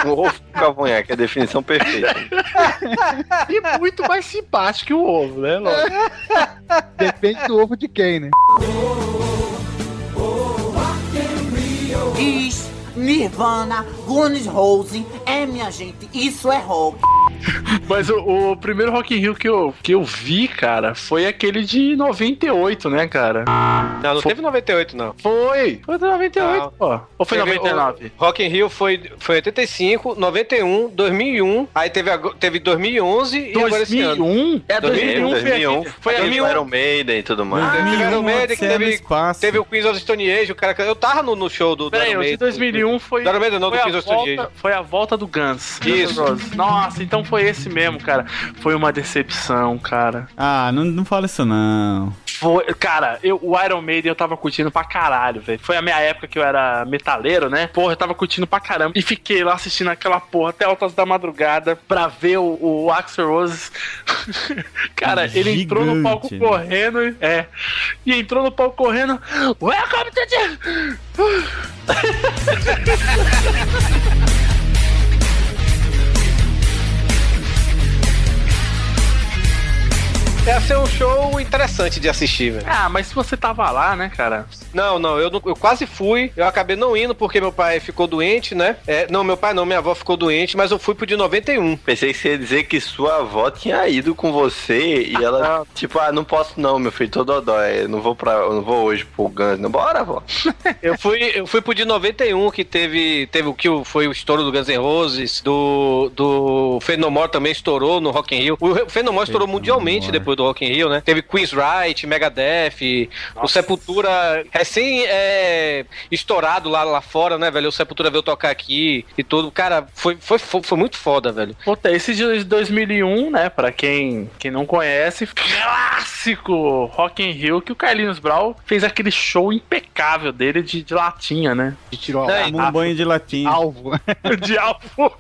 Um ovo com cavanhaque, é a definição perfeita. E muito mais simpático que o ovo, né? Lógico. Depende do ovo de quem, né? Kiss, Nirvana, Guns Roses, é minha gente, isso é rock. Mas o, o primeiro Rock in Rio que eu, que eu vi, cara, foi aquele de 98, né, cara? Não, não teve 98, não. Foi! Foi 98, pô. Ou foi Teve 99? o- Rock in Rio foi, foi 85, 91, 2001, aí teve, ago- teve 2011 e agora esse um, ano. 2001? É, 2001 foi 2001. aqui. Foi Foi aqui. um a Iron Maiden e tudo mais. Ah, Teve o Iron Maiden, que é Odisseia no teve, um, espaço. teve o Queens of Stone Age, o cara... Eu tava no, no show do, do um. Peraí, Iron o de Maiden. 2001 foi. Do Iron Maiden não, do um foi, Queens a of Stone Age. volta, foi a volta do Guns. Isso. Guns N' Roses. Nossa, então foi esse mesmo, cara. Foi uma decepção, cara. Ah, não, não fala isso não. Foi, cara, eu, o Iron Maiden eu tava curtindo pra caralho, velho. Foi a minha época que eu era metaleiro, né? Porra, eu tava curtindo pra caramba. E fiquei lá assistindo aquela porra até altas da madrugada pra ver o, o Axel Rose. cara, ele entrou no Gigante, palco né? correndo. e- É. E entrou no palco correndo. Welcome to the... Deve ser um show interessante de assistir, velho. Ah, mas se você tava lá, né, cara? Não, não eu, não- eu quase fui. Eu acabei não indo porque meu pai ficou doente, né? É, não, meu pai não, minha avó ficou doente, mas eu fui pro de 91. Pensei que você ia dizer que sua avó tinha ido com você e ela, tipo, ah, não posso não, meu filho, tô dodói, eu não vou, pra, eu não vou hoje pro Guns, não, bora, avó. Eu fui, eu fui pro de 91, que teve, teve o que o- foi o estouro do Guns N' Roses, do, do Fenomore também estourou no Rock in Rio. O Fenomore estourou mundialmente depois do Rock in Rio, né? Teve Queen's Right, Megadeth, o Sepultura recém é, estourado lá, lá fora, né, velho? O Sepultura veio tocar aqui e tudo. Cara, foi, foi, foi, foi muito foda, velho. Puta, esse de 2001, né, pra quem, quem não conhece, clássico Rock in Rio, que o Carlinhos Brau fez aquele show impecável dele de, de latinha, né? De tirou É, Toma um banho de latinha. alvo. de alvo.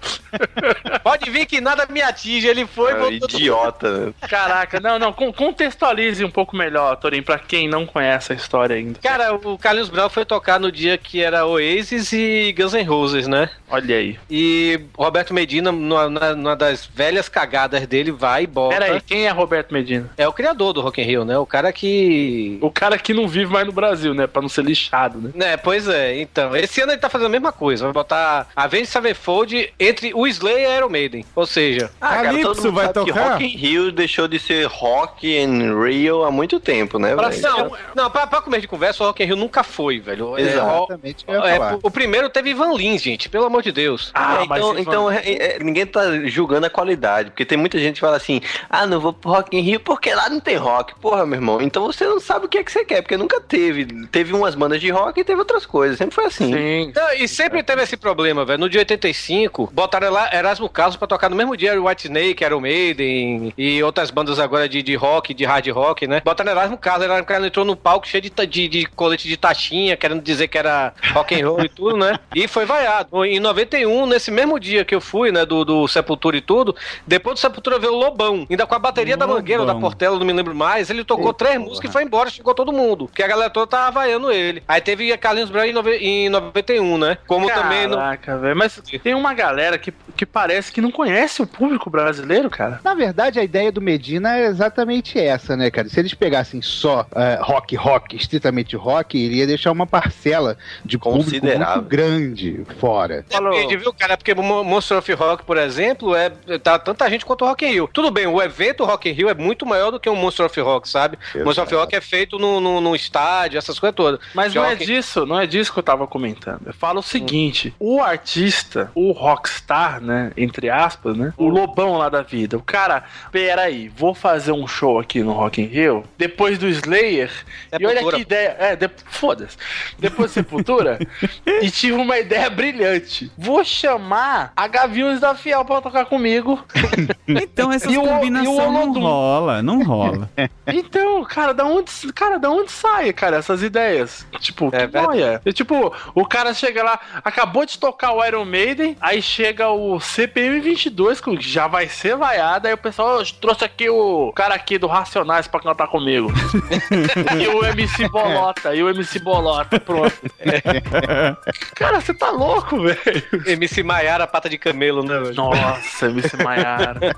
Pode vir que nada me atinge. Ele foi, É, idiota, né? Caraca, não, não, con- contextualize um pouco melhor, Torinho, pra quem não conhece a história ainda. Cara, o Carlinhos Brau foi tocar no dia que era Oasis e Guns N' Roses, né? Olha aí. E Roberto Medina, numa, na- numa das velhas cagadas dele, vai e bota. Pera aí, quem é Roberto Medina? É o criador do Rock in Rio, né? O cara que... O cara que não vive mais no Brasil, né, pra não ser lixado, né? É, pois é. Então, esse ano ele tá fazendo a mesma coisa. Vai botar Avenged Sevenfold entre o Slayer e Iron Maiden. Ou seja... Ah, cara, Calypso todo mundo vai sabe que tocar? Rock in Rio deixou de ser Rock and Rio há muito tempo, né, Pra, velho? não, não pra, pra começo de conversa, o Rock in Rio nunca foi, velho. É, Exatamente o que eu ia é, falar. o primeiro teve Van Lins, gente. Pelo amor de Deus. Ah, Ah, mas então, vocês então é- é- ninguém tá julgando a qualidade, porque tem muita gente que fala assim, ah, não vou pro Rock in Rio porque lá não tem rock. Porra, meu irmão, então você não sabe o que é que você quer, porque nunca teve. Teve umas bandas de rock e teve outras coisas, sempre foi assim. Sim. Não, e sempre teve esse problema, velho. No dia 85, botaram lá Erasmo Carlos pra tocar no mesmo dia o White Snake, Iron Maiden e outras bandas agora de, de rock, de hard rock, né? Botaram Erasmo Carlos, Erasmo Carlos entrou no palco cheio de, ta- de, de colete de taxinha, querendo dizer que era rock and roll e tudo, né? E foi vaiado. Em 91, nesse mesmo dia que eu fui, né, do, do Sepultura e tudo, depois do Sepultura veio o Lobão, ainda com a bateria da Lobão. Mangueira ou da Portela, não me lembro mais, ele tocou três músicas e foi embora, chegou todo mundo, porque a galera toda tava vaiando ele. Aí teve Carlinhos Brown em, nove- em 91, né? Como também no... Caraca, velho, mas tem uma galera que, que parece que não conhece o público brasileiro, cara. Na verdade, a ideia do Medina é exatamente essa, né, cara? Se eles pegassem só eh, rock, rock, estritamente rock, iria deixar uma parcela de público muito Considerável. grande fora. tá Depende, viu, cara? Porque o Mo- Monster of Rock, por exemplo, é tá tanta gente quanto o Rock in Rio. Tudo bem, o evento Rock in Rio é muito maior do que o Monster of Rock, sabe? O Monster of Rock é feito num no, no estádio, essas coisas todas. Mas Já não é Rock- disso, não é disso que eu tava comentando. Eu falo o seguinte: o artista, o rockstar, né? Entre aspas, né? O lobão lá da vida. O cara, peraí, vou fazer um show aqui no Rock in Rio, depois do Slayer. É e olha Sepultura. que ideia. É, de- foda-se. Depois do Sepultura, e tive uma ideia brilhante. Vou chamar a Gaviões da Fiel pra tocar comigo. Então essas E o- e o combinações não Olodum? rola, não rola. Então, cara, da onde, cara, da onde sai, cara, essas ideias? Tipo, É é que noia. E, tipo, o cara chega lá, acabou de tocar o Iron Maiden, aí chega o CPM 22, que já vai ser vaiado, aí o pessoal "Ó, trouxe aqui o cara aqui do Racionais pra cantar comigo. e o MC Bolota, e o MC Bolota, pronto. cara, você tá louco, velho. MC Maiara, pata de camelo, né, velho? Nossa, MC Maiara.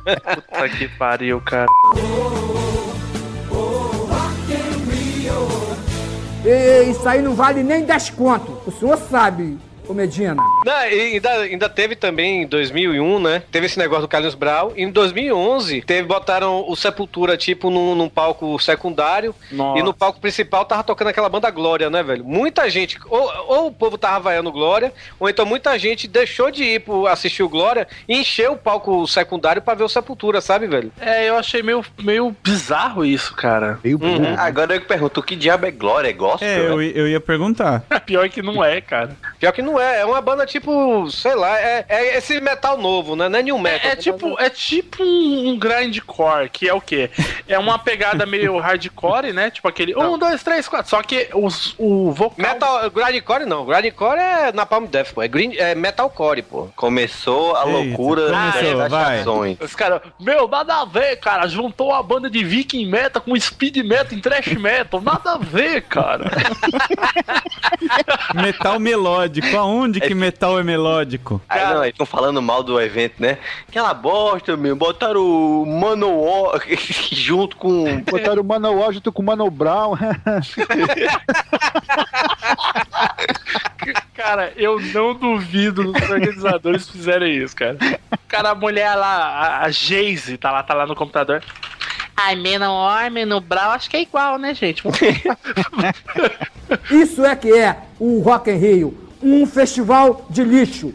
Puta que pariu, cara. E, isso aí não vale nem 10 conto. O senhor sabe. Ô, Medina. Não, ainda, ainda teve também em 2001, né? Teve esse negócio do Carlinhos Brau. Em 2011, teve, botaram o Sepultura, tipo, num, num palco secundário. Nossa. E no palco principal tava tocando aquela banda Glória, né, velho? Muita gente, ou, ou o povo tava vaiando Glória, ou então muita gente deixou de ir pro, assistir o Glória e encheu o palco secundário para ver o Sepultura, sabe, velho? É, eu achei meio, meio bizarro isso, cara. Meio uhum. Bom. Agora eu pergunto, o que diabo é Glória? É gospel? É, eu, eu ia perguntar. Pior que não é, cara. Pior que não é, é uma banda tipo, sei lá, é, é esse metal novo, né? Não é new metal. É, é tipo, não... é tipo um grindcore, que é o quê? É uma pegada meio hardcore, né? Tipo aquele não. um, dois, três, quatro. Só que os, o vocal... Metal, grindcore não. Grindcore é Napalm Death, pô. É, green, é metalcore, pô. Começou a Eita, loucura começou, das vai. ações. Os caras, meu, nada a ver, cara. Juntou a banda de viking metal com speed metal em trash metal. Nada a ver, cara. metal melódico. Aonde que metal é melódico? Aí, não, eles estão falando mal do evento, né? Aquela bosta, meu. Botaram o Manowar junto com... Botaram o Manowar junto com o Mano Brown. cara, eu não duvido dos organizadores fizerem isso, cara. Cara, a mulher lá, a, a Jayce, tá lá, tá lá no computador. Ai, Menor, Menor Brau, acho que é igual, né, gente? Isso é que é o Rock in Rio, um festival de lixo.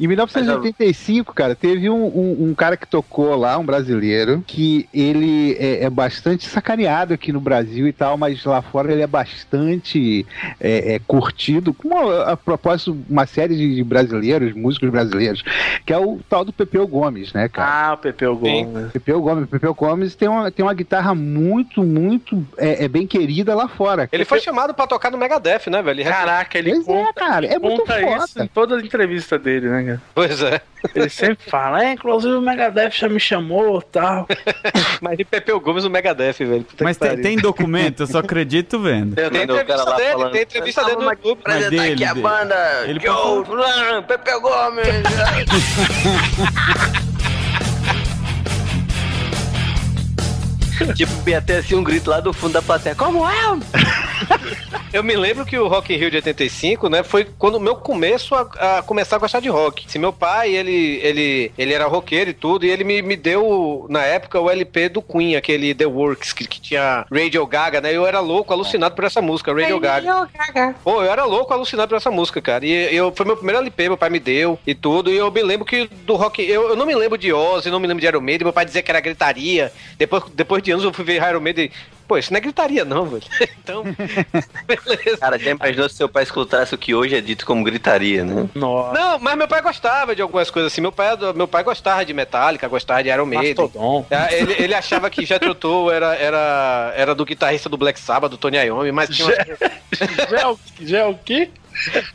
Em 1985, cara, teve um, um, um, cara que tocou lá, um brasileiro, que ele é, é, bastante sacaneado aqui no Brasil e tal, mas lá fora ele é bastante é, é, curtido, como a, a, propósito, uma série de, brasileiros, músicos brasileiros, que é o tal do Pepeu Gomes, né, cara? Ah, o Pepeu Gomes. Pepeu Gomes. Pepeu Gomes tem uma, tem uma guitarra muito, muito é, bem querida lá fora. Ele foi chamado para tocar no Megadeth, né, velho? Caraca, ele pois conta, é, cara, é muito foda. isso em toda a entrevista dele, né? Pois é. Ele sempre fala, é, inclusive o Megadeth já me chamou tal. Mas de Pepeu Gomes o Megadeth, velho. Puta Mas tem, tem, documento, eu só acredito vendo. Eu tem entrevista dele, falando, tem entrevista dele no YouTube. Apresentar dele, aqui dele. a banda. Ele Yo, passou... Pepeu Gomes! tipo, até assim um grito lá do fundo da plateia. Como é? Eu me lembro que o Rock in Rio de 85, né, foi quando o meu começo a, a, começar a gostar de rock. Se meu pai, ele, ele, ele era roqueiro e tudo, e ele me, me deu, na época, o LP do Queen, aquele The Works, que, que tinha Radio Gaga, né, eu era louco, alucinado por essa música, Radio Gaga. Radio Gaga. Pô, eu era louco, alucinado por essa música, cara, e eu, foi meu primeiro LP, meu pai me deu e tudo, e eu me lembro que do rock, eu, eu não me lembro de Ozzy, não me lembro de Iron Maiden, meu pai dizia que era gritaria, depois, depois de anos eu fui ver Iron Maiden, pô, isso não é gritaria não, velho. Então, beleza. Cara, já imaginou se seu pai escutasse o que hoje é dito como gritaria, né? Nossa. Não, mas meu pai gostava de algumas coisas assim. Meu pai, meu pai gostava de Metallica, gostava de Iron Maiden. Mastodon. Ele, ele achava que Jethro Tull era, era, era do guitarrista do Black Sabbath, do Tony Iommi, mas tinha umas... já, já é o quê?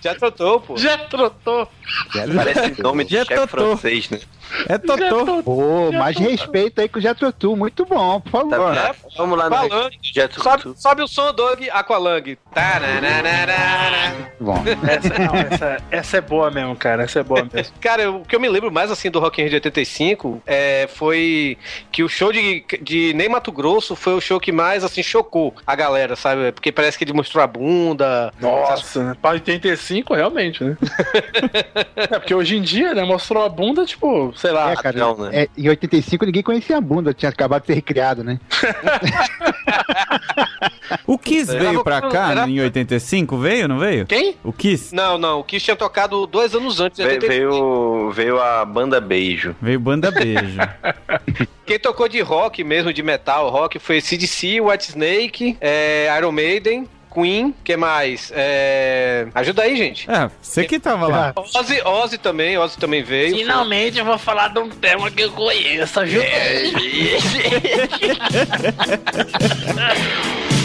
Já trotou, pô. Já trotou. Parece um nome de chefe francês, né? É Totô. Pô, mais respeito aí com o Jetrotu. Muito bom, por favor. Tá, né? Vamos lá Aqualang. no Jetrotu. É, Sobe, sobe o som, Doug. Aqualang. Bom. Essa, não, essa, essa, é boa mesmo, cara. Essa é boa mesmo. cara, o que eu me lembro mais, assim, do Rock in Rio de 85 é, foi que o show de, de Ney Mato Grosso foi o show que mais, assim, chocou a galera, sabe? Porque parece que ele mostrou a bunda. Nossa, né? Pra 85, realmente, né? é, porque hoje em dia, né? Mostrou a bunda, tipo sei lá. É, cara, não, né? é, em 85 ninguém conhecia a bunda, tinha acabado de ser recriado, né? o Kiss veio vou... pra cá era... em 85, veio, não veio? Quem? O Kiss? Não, não, o Kiss tinha tocado dois anos antes. Ve veio, veio a Banda Beijo. Veio Banda Beijo. Quem tocou de rock mesmo, de metal, rock, foi CDC, White Snake, é, Iron Maiden, Queen, que mais? É... Ajuda aí, gente. É, você que tava Tá. lá. Ozzy, Ozzy também, Ozzy também veio. Finalmente foi... eu vou falar de um tema que eu conheço, ajuda aí. É,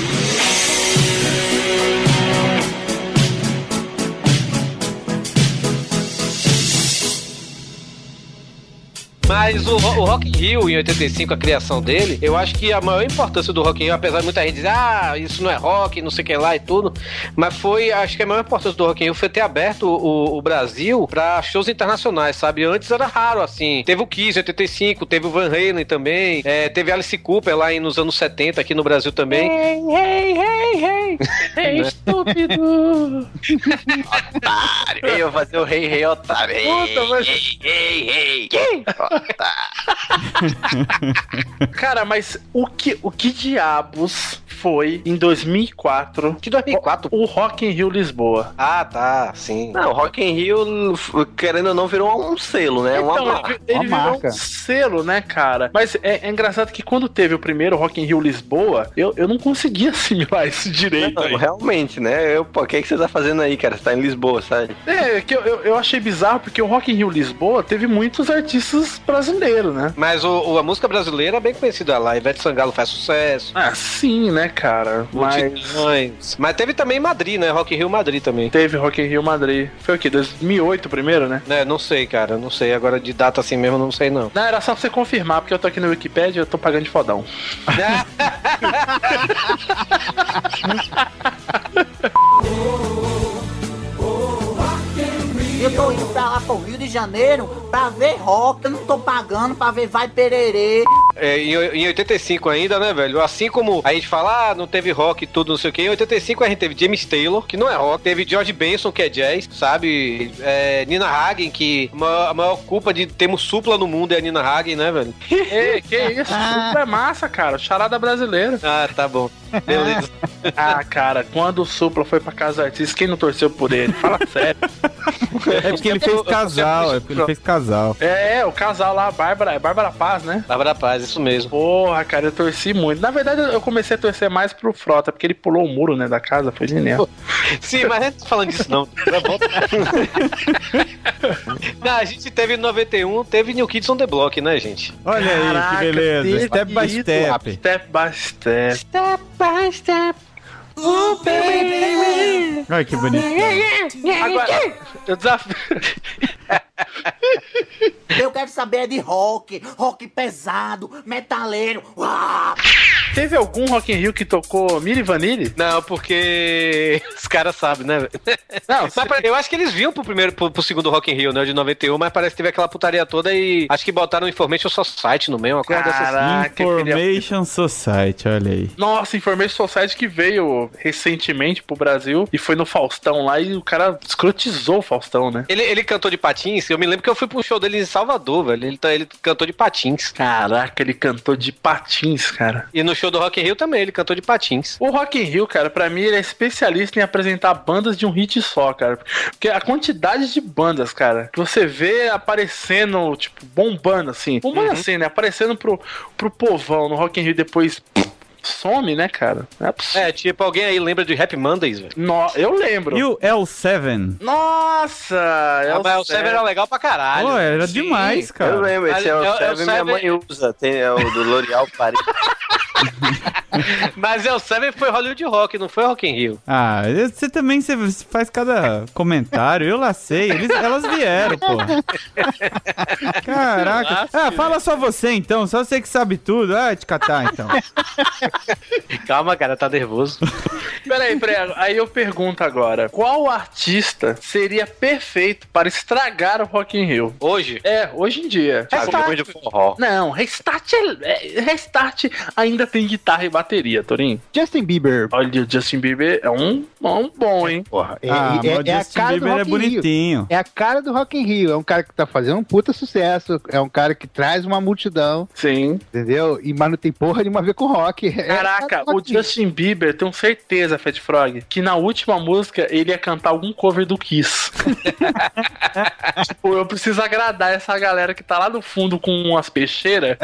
Mas o, o Rock in Rio, em 85, a criação dele, eu acho que a maior importância do Rock in Rio, apesar de muita gente dizer, ah, isso não é rock, não sei o que lá e tudo, mas foi, acho que a maior importância do Rock in Rio foi ter aberto o, o Brasil pra shows internacionais, sabe? Antes era raro, assim. Teve o Kiss, em 85, teve o Van Halen também, é, teve Alice Cooper lá em, nos anos 70, aqui no Brasil também. É. Hey, hey, hey, hey! hey, é estúpido! otário! Eu ia fazer o rei, hey, rei, hey, otário! Puta, mas... Hey, hey, hey! hey. Cara, mas o que, o que diabos foi em 2004? Que 2004? O, o Rock in Rio Lisboa. Ah, tá, sim. Não, o Rock in Rio, querendo ou não, virou um selo, né? Então, uma é. ele, marca. ele uma virou marca. um selo, né, cara? Mas é, é engraçado que quando teve o primeiro Rock in Rio Lisboa, eu, eu não conseguia assimilar isso direito. Não, aí. realmente, né? Eu, pô, o que, é que você tá fazendo aí, cara? Você tá em Lisboa, sabe? É, que eu, eu, eu achei bizarro porque o Rock in Rio Lisboa teve muitos artistas brasileiros, né? Mas o, o- a música brasileira é bem conhecida lá. Ivete Sangalo faz sucesso. Ah, sim, né, cara? Mas Multidões. Mas teve também Madrid, né? Rock in Rio Madrid também. teve Rock in Rio Madrid. Foi o quê? 2008 primeiro, né? É, não sei, cara. Não sei. Agora de data assim mesmo, não sei não. Não, era só pra você confirmar, porque eu tô aqui no Wikipedia e eu tô pagando de fodão. Eu tô indo pra lá pro Rio de Janeiro pra ver rock. Eu não tô pagando pra ver Vai Pererê. É, em, oi- em 85 ainda, né, velho? Assim como a gente fala, ah, não teve rock e tudo, não sei o quê. Em 85 a gente teve James Taylor, que não é rock. Teve George Benson, que é jazz, sabe? É, Nina Hagen, que a maior, a maior culpa de termos supla no mundo é a Nina Hagen, né, velho? Ei, que isso? Supla é massa, cara. Charada brasileira. Ah, tá bom. Beleza. Ah, cara, quando o Supla foi pra casa do artista, quem não torceu por ele? Fala sério. É porque ele fez casal, é porque ele fez casal. É, é, o casal lá, a Bárbara, é Bárbara Paz, né? Bárbara Paz, isso mesmo. Porra, cara, eu torci muito. Na verdade, eu comecei a torcer mais pro Frota, porque ele pulou o muro, né, da casa, foi genial. Sim, mas a gente não tá falando disso, não. Tá bom? não. A gente teve em 91, teve New Kids on the Block, né, gente? Olha aí, Caraca, que beleza. teve tá Step by isso, step. Step by step. Olha que bonito. Agora, eu desafio. Eu quero saber é de rock, rock pesado, metaleiro. Uau! Teve algum Rock in Rio que tocou Miri Vanille? Não, porque os caras sabem, né? velho? Não, Mas pare- eu acho que eles vinham pro primeiro, pro, pro segundo Rock in Rio, né? o De 91, mas parece que teve aquela putaria toda e acho que botaram Information Society no meio, uma coisa dessas. Caraca, eu queria- Information Society, olha aí. Nossa, Information Society que veio recentemente pro Brasil e foi no Faustão lá e o cara escrotizou o Faustão, né? Ele, ele cantou de patins, eu me lembro que eu fui pro show dele em Salvador, velho. Ele, tá- ele cantou de patins. Caraca, ele cantou de patins, cara. E no show do Rock in Rio também, ele cantou de patins. O Rock in Rio, cara, pra mim ele é especialista em apresentar bandas de um hit só, cara. Porque a quantidade de bandas, cara, que você vê aparecendo, tipo, bombando assim. Bombando assim, né? Aparecendo pro, pro povão no Rock in Rio e depois some, né, cara? Não é possível. É, tipo, alguém aí lembra de Happy Mondays, velho? No- eu lembro. E o L7? Nossa! É Ah, mas o Seven era legal pra caralho. Pô, era Sim. demais, Eu cara. lembro, esse é Eu- eu o Seven minha sabe- mãe usa. Tem é o do L'Oreal Paris. Mas é, o Seven foi Hollywood Rock, não foi Rock in Rio. Ah, você também você faz cada comentário, eu lacei. Eles, elas vieram, pô. Caraca. Ah, fala só você então, só você que sabe tudo. Ah, te catar então. Calma, cara, tá nervoso. Peraí, peraí. Aí eu pergunto agora: qual artista seria perfeito para estragar o Rock in Rio? Hoje, É, hoje em dia. Thiago Gomes Ah, de forró. Não, restart, é- é- restart ainda tem guitarra e bateria, Torinho. Justin Bieber. Olha, o Justin Bieber é um, é um bom, hein? Porra, é, Ah, é- mas o é a Justin cara Bieber do é Rock in Rio. bonitinho. É a cara do Rock in Rio. É um cara que tá fazendo um puta sucesso. É um cara que traz uma multidão, Sim. entendeu? E, mas não tem porra nenhuma a ver com rock. É a Caraca, cara do o Rock in Rio. Justin Bieber, tenho certeza, Fat Frog, que na última música ele ia cantar algum cover do Kiss. tipo, eu preciso agradar essa galera que tá lá no fundo com umas peixeiras.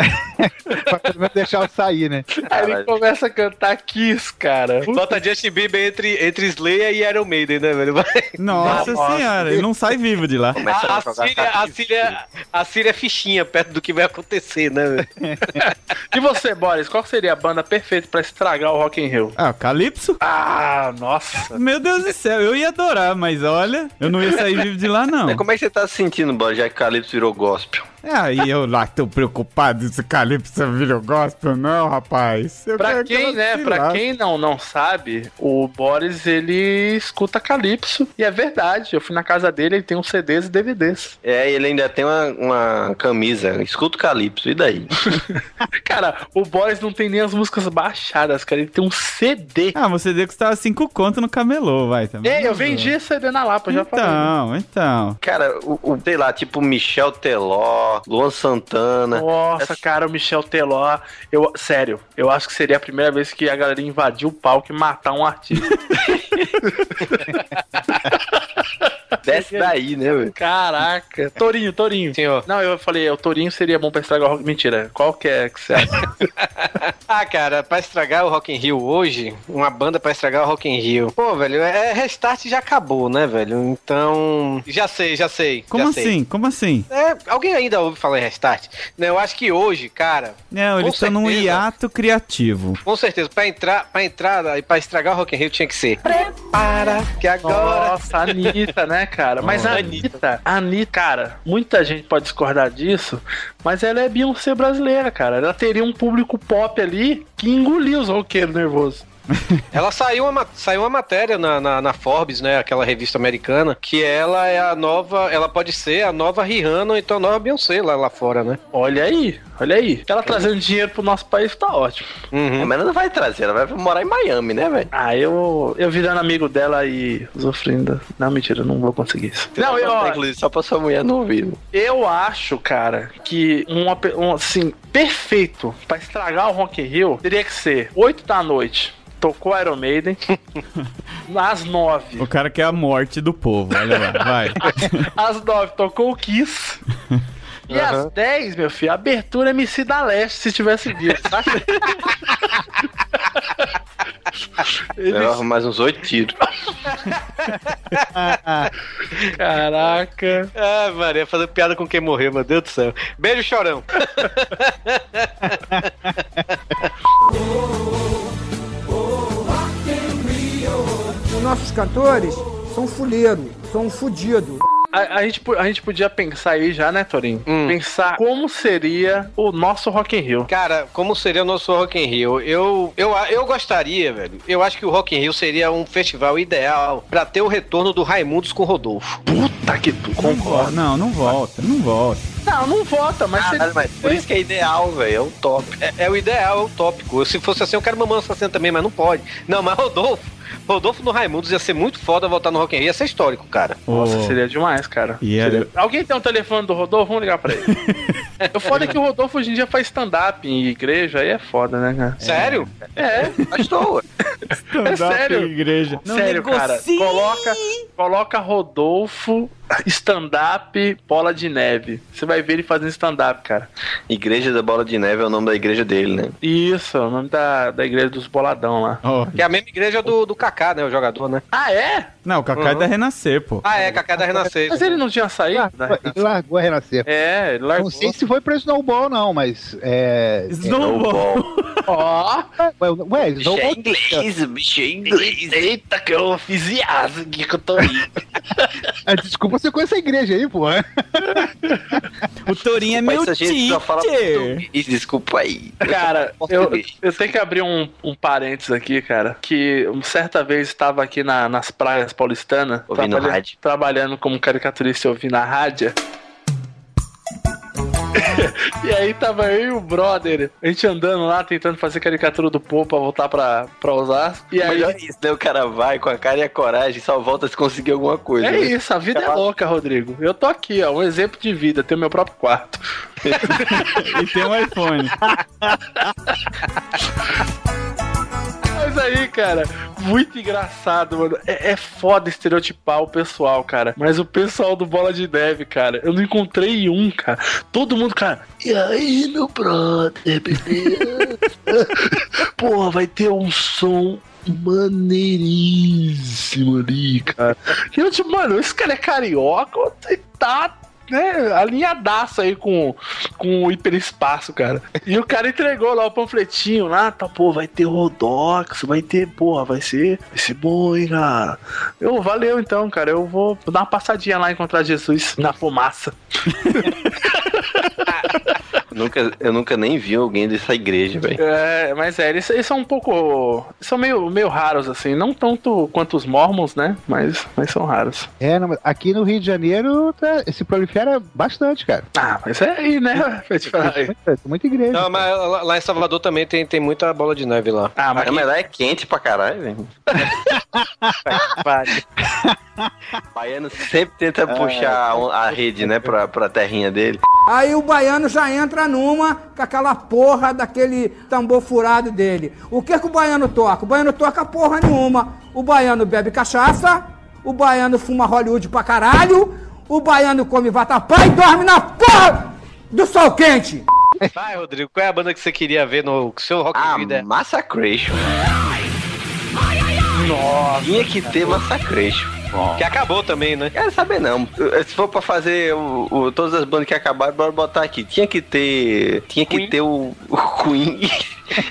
Pra pelo menos deixar eu sair, né? Aí ele Caralho. começa a cantar Kiss, cara. bota Justin Bieber entre, entre Slayer e Iron Maiden, né, velho? Tá, Nossa Nossa. senhora, ele não sai vivo de lá. Começa A, a, jogar Síria, a, cartinha. Síria, a Síria é fichinha perto do que vai acontecer, né? velho? Tá E você, Boris, qual seria a banda perfeita pra estragar o Rock in Rio? Ah, Calypso? Ah, nossa. Meu Deus do céu, eu ia adorar, mas olha, eu não ia sair vivo de lá não. Como é que você tá se sentindo, Bola, já que Calypso virou gospel? Ah, e eu lá tão preocupado se Calypso é vira gospel, não, rapaz. Eu pra quem, que né, pra quem não, não sabe, o Boris, ele escuta Calypso, e é verdade, eu fui na casa dele, ele tem uns CDs e DVDs. É, ele ainda tem uma, uma camisa, escuta Calypso, e daí? cara, o Boris não tem nem as músicas baixadas, cara, ele tem um CD. Ah, um CD custava 5 conto no camelô, vai, também. É, eu vendi CD na Lapa, já então, falei. Hum. Então, então. Cara, o, o, sei lá, tipo Michel Teló, Luan Santana. Nossa, cara, o Michel Teló. Eu, sério, eu acho que seria a primeira vez que a galera invadiu o palco e matar um artista. Desce daí, né, velho? Caraca. Torinho, Torinho. Senhor. Não, eu falei, o Torinho seria bom pra estragar o Rock. Mentira, qual que é que você acha? ah, cara, pra estragar o Rock in Rio hoje, uma banda pra estragar o Rock in Rio. Pô, velho, é Restart já acabou, né, velho? Então. Já sei, já sei. Como já assim? Sei. Como assim? É, alguém ainda ouve falar em Restart? Não, eu acho que hoje, cara. Não, É, eles estão num hiato criativo. Com certeza, pra entrar, pra entrar e pra estragar o Rock in Rio tinha que ser. Prepara, que agora. Nossa, Anitta, né, cara? Mas a Anitta, a Anitta, cara, muita gente pode discordar disso, mas ela é Beyoncé brasileira, cara. Ela teria um público pop ali que engoliu os roqueiros nervosos. ela saiu uma, saiu uma matéria na, na, na, Forbes, né? Aquela revista americana, que ela é a nova. Ela pode ser a nova Rihanna ou então a nova Beyoncé lá, lá fora, né? Olha aí, olha aí. Ela é. trazendo dinheiro pro nosso país tá ótimo. Uhum. É, mas ela não vai trazer, ela vai morar em Miami, né, velho? Ah, eu, eu virando amigo dela e sofrendo. Não, mentira, não vou conseguir isso. Não, não eu. Ó, inclusive, só pra sua mulher não ouvir. Eu acho, cara, que uma, um, assim, perfeito pra estragar o Rock Hill teria que ser 8 da noite tocou Iron Maiden às nove. O cara quer a morte do povo, olha lá, vai. às nove tocou o Kiss. E uhum. às 10, meu filho, abertura MC da Leste, se tivesse visto, tá? É, Eles... mais uns oito tiros. Caraca. Ah, Maria, fazendo piada com quem morreu, meu Deus do céu. Beijo, chorão. Os nossos cantores um são fuleiros, são fudidos. A, a, gente, a gente podia pensar aí já, né, Torinho? Hum. Pensar como seria o nosso Rock in Rio. Cara, como seria o nosso Rock in Rio? Eu, eu, eu gostaria, velho. Eu acho que o Rock in Rio seria um festival ideal para ter o retorno do Raimundos com o Rodolfo. Puta que tu concorda. Não, não volta, não volta. Não, não volta, mas, ah, seria... mas por isso que é ideal, velho. É o top. É, é, o ideal, é o tópico. Se fosse assim, eu quero mamãe assassina também, mas não pode. Não, mas Rodolfo, Rodolfo no Raimundos ia ser muito foda voltar no Rock in Rio, ia ser histórico, cara. Nossa, oh. seria demais, cara. Yeah. Seria... Alguém tem um telefone do Rodolfo? Vamos ligar pra ele. o foda é que o Rodolfo hoje em dia faz stand-up em igreja, aí é foda, né, cara? É. Sério? É, estou. é sério. Em igreja. Não sério, negocie. cara. Coloca, coloca Rodolfo stand-up Bola de Neve. Você vai ver ele fazendo stand-up, cara. Igreja da Bola de Neve é o nome da igreja dele, né? Isso, é o nome da, da igreja dos Boladão lá. Oh. Que é a mesma igreja do, do Kaká, né? O jogador, né? Ah, é? Não, o Kaká uhum. é da Renascer, pô. Ah, é, Kaká é da Renascer. Mas ele não tinha saído? Largou, renascer. ele Ah, largou a Renascer. É, ele largou. Não sei se foi pra Snowball, não, mas. É... Snowball! Ó! ué, ué, Snowball. Bicho é inglês, bicho é inglês. Eita, que eu fiz iaso aqui que eu tô rindo. Ah, Desculpa você com essa igreja aí, pô. o Torinho é meu teacher. Desculpa aí. Cara, eu, eu tenho que abrir um, um parênteses aqui, cara. Que certa vez estava aqui na, nas praias paulistanas, trabalha, trabalhando como caricaturista e ouvindo a rádio. e aí tava eu e o brother, a gente andando lá, tentando fazer caricatura do povo pra voltar pra, pra Osasco. E aí... Melhor isso, né? O cara vai com a cara e a coragem, só volta se conseguir alguma coisa. É né? isso, a vida é, é louca, Rodrigo. Eu tô aqui, ó, um exemplo de vida, tenho meu próprio quarto. e tem um iPhone. Mas aí, cara, muito engraçado, mano. É, é, foda estereotipar o pessoal, cara. Mas o pessoal do Bola de Neve, cara, eu não encontrei um, cara. Todo mundo, cara. E aí, meu brother, beleza? Porra, vai ter um som maneiríssimo ali, cara. E eu, tipo, mano, esse cara é carioca ou tá né, alinhadaço aí com, com o hiperespaço, cara. E o cara entregou lá o panfletinho lá, tá, pô, vai ter Rodox, vai ter, porra, vai ser, vai ser bom, hein, cara. Eu, valeu então, cara, eu vou dar uma passadinha lá encontrar Jesus na fumaça. nunca, eu nunca nem vi alguém dessa igreja, velho. É, mas é, eles, eles são um pouco. São meio, meio raros, assim. Não tanto quanto os mormons, né? Mas, mas são raros. É, não, aqui no Rio de Janeiro tá, se prolifera bastante, cara. Ah, mas é aí, né? Pra te falar. Muita, muita igreja. Não, mas lá, lá em Salvador também tem, tem muita bola de neve lá. Ah, mas, mas lá é quente pra caralho, velho. Baiano sempre tenta ah, puxar é. a rede, né, pra, pra terrinha dele. Aí o baiano já entra numa com aquela porra daquele tambor furado dele. O que que o baiano toca? O baiano toca porra nenhuma. O baiano bebe cachaça, o baiano fuma Hollywood pra caralho, o baiano come vatapá e dorme na porra do sol quente. Vai, Rodrigo, qual é a banda que você queria ver no seu Rock né? ah, Vida? Massacration. Nossa. Tinha que ter Massacration. Bom. Que acabou também, né? Quero saber não. Se for pra fazer o, o, todas as bandas que acabaram, bora botar aqui. Tinha que ter. Tinha que Queen. Ah, ter o, o Queen.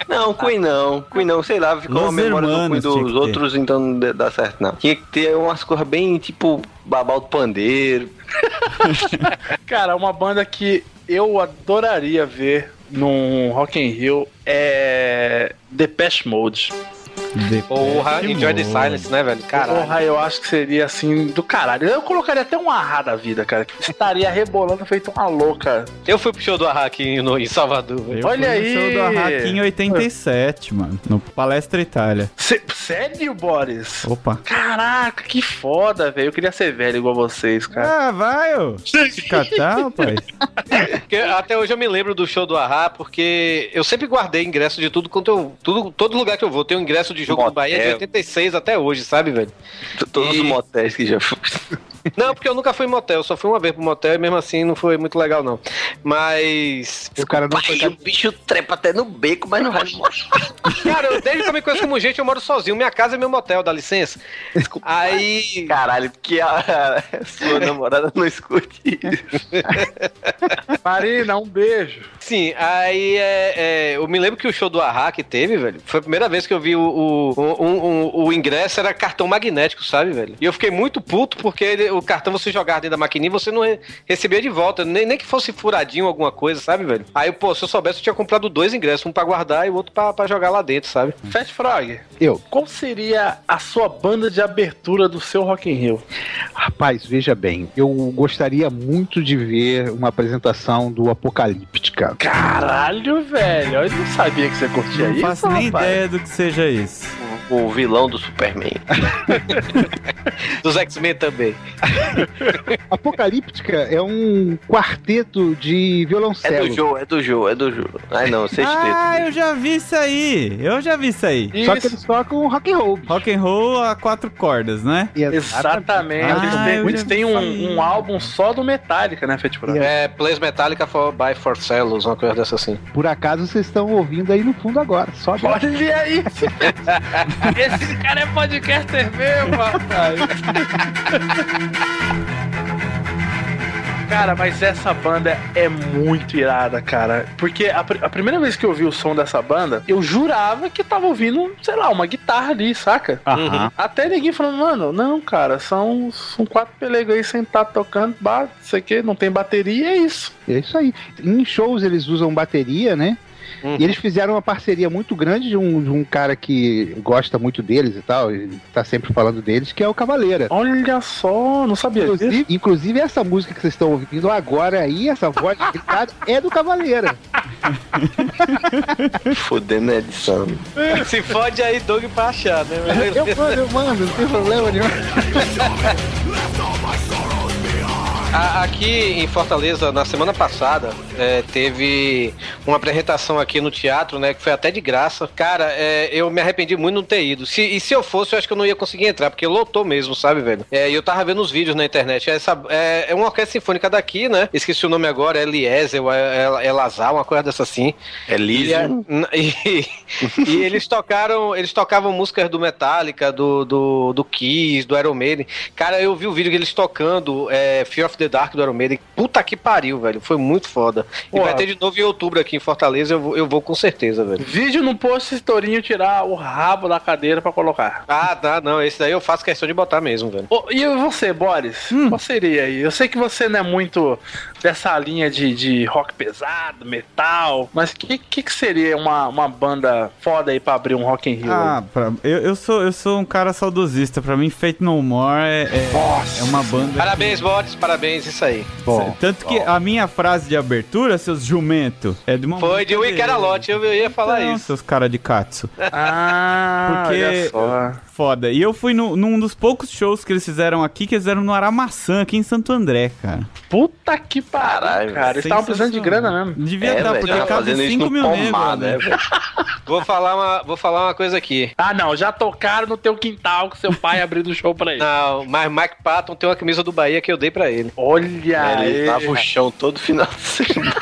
não, Queen não. Queen não, sei lá, ficou Los uma memória do Queen dos que outros, então não dá certo, não. Tinha que ter umas coisas bem tipo babal do pandeiro. Cara, uma banda que eu adoraria ver num Rock in Rio é. The Pest Mode. Ou Enjoy the Silence, né, velho? Caralho. Porra, eu acho que seria assim do caralho. Eu colocaria até um arra da vida, cara. Que estaria rebolando feito uma louca. Eu fui pro show do arra aqui no, em Salvador. Eu Olha aí. show do arra aqui em 87, mano. No Palestra Itália. Cê, sério, Boris? Opa. Caraca, que foda, velho. Eu queria ser velho igual vocês, cara. Ah, vai, ô. Se catar, rapaz. até hoje eu me lembro do show do arra porque eu sempre guardei ingresso de tudo quanto eu. Tudo, todo lugar que eu vou, tenho ingresso de de jogo Motel. do Bahia de 86 até hoje, sabe, velho? Todos e... os motéis que já fui. Não, porque eu nunca fui em motel, só fui uma vez pro motel e mesmo assim não foi muito legal, não. Mas. O cara não foi. O bicho trepa até no beco, mas não vai. cara, eu, desde que eu me conheço como gente, eu moro sozinho. Minha casa é meu motel, dá licença. Desculpa. Aí. Caralho, porque a, a sua namorada não escute isso. Marina, um beijo. Sim, aí é, é, eu me lembro que o show do Arra que teve, velho, foi a primeira vez que eu vi o, o, o, um, o ingresso, era cartão magnético, sabe, velho? E eu fiquei muito puto porque ele, o cartão você jogar dentro da maquininha, você não re recebia de volta. Nem, nem que fosse furadinho alguma coisa, sabe, velho? Aí, pô, se eu soubesse, eu tinha comprado dois ingressos, um pra guardar e o outro pra, pra jogar lá dentro, sabe? Fat Frog. Eu. Qual seria a sua banda de abertura do seu Rock in Rio? Rapaz, veja bem, eu gostaria muito de ver uma apresentação do Apocalíptica. Caralho, velho. Eu não sabia que você curtia não isso. Não faço nem rapaz. ideia do que seja isso. O, o vilão do Superman. Dos X-Men também. Apocalíptica é um quarteto de violoncelo. É do jogo, é do jogo, é do jogo. Ai não, sexteto. né? ah, eu já vi isso aí. Eu já vi isso aí. Só que eles tocam rock and roll. Rock and roll a quatro cordas, né? Exatamente. Ah, eles têm, eles têm um, um, álbum só do Metallica, né, Fete yeah. É, Plays Metallica for, by Forcellos, uma coisa dessa assim. Por acaso vocês estão ouvindo aí no fundo agora. Só Olha aí. Esse cara é podcaster mesmo, rapaz. Cara, mas essa banda é muito irada, cara. Porque a, pr a, primeira vez que eu ouvi o som dessa banda, eu jurava que tava ouvindo, sei lá, uma guitarra ali, saca? Uhum. Até ninguém falando, mano, não, cara, são, são quatro pelegos aí sentados tocando, bate, sei que, não tem bateria, é isso. É isso aí. Em shows eles usam bateria, né? Uhum. E eles fizeram uma parceria muito grande de um, de um cara que gosta muito deles e tal, e tá sempre falando deles, que é o Cavaleira. Olha só, não sabia inclusive, disso. Inclusive, essa música que vocês estão ouvindo agora aí, essa voz gritada, é do Cavaleira. Fodendo a edição. Se fode aí, Doug, pra achar, né? eu mando, eu mando, não tem problema nenhum. Aqui em Fortaleza, na semana passada, é, teve uma apresentação aqui no teatro, né? Que foi até de graça. Cara, é, eu me arrependi muito de não ter ido. Se, e se eu fosse, eu acho que eu não ia conseguir entrar, porque lotou mesmo, sabe, velho? E é, eu tava vendo os vídeos na internet. Essa, é, é uma orquestra sinfônica daqui, né? Esqueci o nome agora, é Liesel, é, é, Lazar, uma coisa dessa assim. É Liesel. E, e, e, eles tocaram, eles tocavam músicas do Metallica, do, do, do Kiss, do Iron Maiden. Cara, eu vi o vídeo que eles tocando é, Fear of the Dark do Iron Maiden. Puta que pariu, velho. Foi muito foda. E Porra. vai ter de novo em outubro aqui em Fortaleza. Eu vou, eu vou com certeza, velho. Vídeo no post se Tourinho tirar o rabo da cadeira pra colocar. Ah, tá, não. Esse daí eu faço questão de botar mesmo, velho. Ô, e você, Boris? Hum. Qual seria aí? Eu sei que você não é muito dessa linha de, de rock pesado, metal, mas o que, que, que seria uma, uma banda foda aí pra abrir um Rock in Rio? Ah, aí? pra- eu, eu sou, eu sou um cara saudosista. Pra mim, Fate No More é, é- é uma banda. Parabéns, Boris. Parabéns, isso aí. Bom, Tanto que a minha frase de abertura, seus jumento, é de uma Foi de música Wicked dele. Lot, eu ia falar Não, isso. seus cara de katsu. Ah, Porque. Foda. E eu fui no- num dos poucos shows que eles fizeram aqui, que eles fizeram no Aramaçã, aqui em Santo André, cara. Puta que pariu, cara. Eles estavam precisando de grana mesmo. Devia É, estar, velho, porque tá cabe fazendo isso 5 no mil pomar, negros. né, amigo. Vou falar, uma, vou falar uma coisa aqui. Ah, não, já tocaram no teu quintal com seu pai abrindo o show pra ele. Não, mas Mike Patton tem uma camisa do Bahia que eu dei pra ele. Olha Ele aí. lava o chão todo final de semana.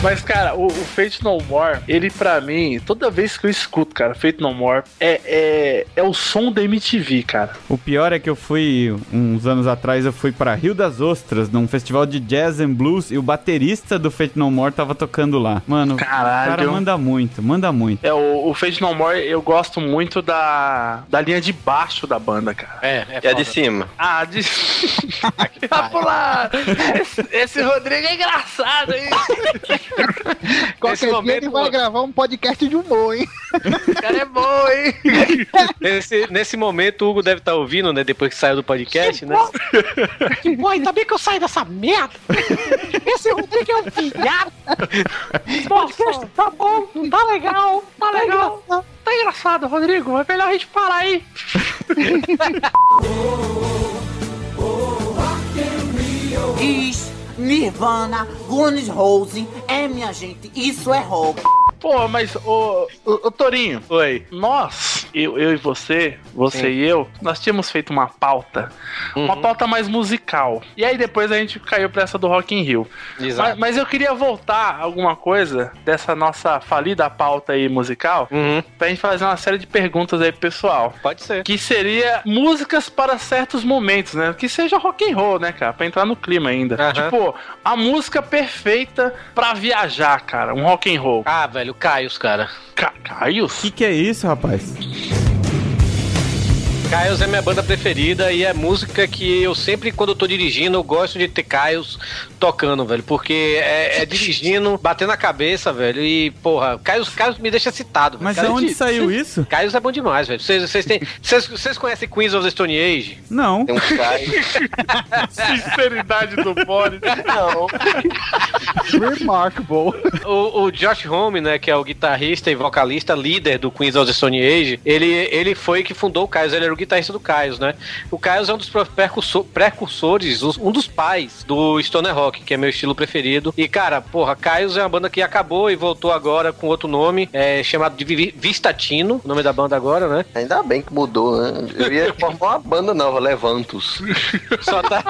Mas, cara, o, o Fate No More, ele pra mim, toda vez que eu escuto, cara, Fate No More, é, é, é o som da MTV, cara. O pior é que eu fui, uns anos atrás, eu fui pra Rio das Ostras, num festival de jazz and blues, e o baterista do Fate No More tava tocando lá. Mano, Caralho. o cara manda muito, manda muito. É, o, o Fate No More, eu gosto muito da, da linha de baixo da banda, cara. É, é E a de cima? Ah, de... ah, pula! Esse, esse Rodrigo é engraçado, hein? Qualquer dia ele vai gravar um podcast de humor, hein? O cara é bom, hein? Nesse, nesse momento, o Hugo deve estar ouvindo, né? Depois que saiu do podcast, né? Pô, ainda bem que eu saí dessa merda. Esse Rodrigo é um viado. Esse podcast tá bom, não tá legal, tá legal. Tá engraçado, Rodrigo. É melhor a gente parar aí. Is, Nirvana, Guns Rose, é minha gente, isso é rock. Pô, mas o, o, Torinho. Oi. Nós, eu, eu e você, você Sim. Uhum. e eu, nós tínhamos feito uma pauta. Uma pauta mais musical. E aí depois a gente caiu pra essa do Rock in Rio. Exato. Mas, mas eu queria voltar a alguma coisa dessa nossa falida pauta aí musical Uhum. pra gente fazer uma série de perguntas aí pro pessoal. Pode ser. Que seria músicas para certos momentos, né? Que seja rock and roll, né, cara? Pra entrar no clima ainda. Tipo, a música perfeita pra viajar, cara. Um rock and roll. Ah, velho, Caios, cara. Ca Caios? O que, que é isso, rapaz? Caios é minha banda preferida e é música que eu sempre, quando eu tô dirigindo, eu gosto de ter Caios tocando, velho. Porque é, é dirigindo, batendo a cabeça, velho. E, porra, Caios, Caios me deixa excitado. velho. Mas é Caios aonde de- saiu isso? Caios é bom demais, velho. Vocês- Vocês têm- vocês- vocês conhecem Queens of the Stone Age? Não. Tem um Caio. Sinceridade do Boris. Não. É Remarkable. O, o Josh Homme, né, que é o guitarrista e vocalista, líder do Queens of the Stone Age, ele, ele foi que fundou o Caios, ele era o guitarrista do Caios, né? O Caios é um dos pro- percusso- precursores, um- um dos pais do Stoner Rock, que é meu estilo preferido. E, cara, porra, Caios é uma banda que acabou e voltou agora com outro nome, é, chamado de Vi- Vistatino, o nome da banda agora, né? Ainda bem que mudou, né? Eu ia formar uma banda nova, Levantos. Só tá...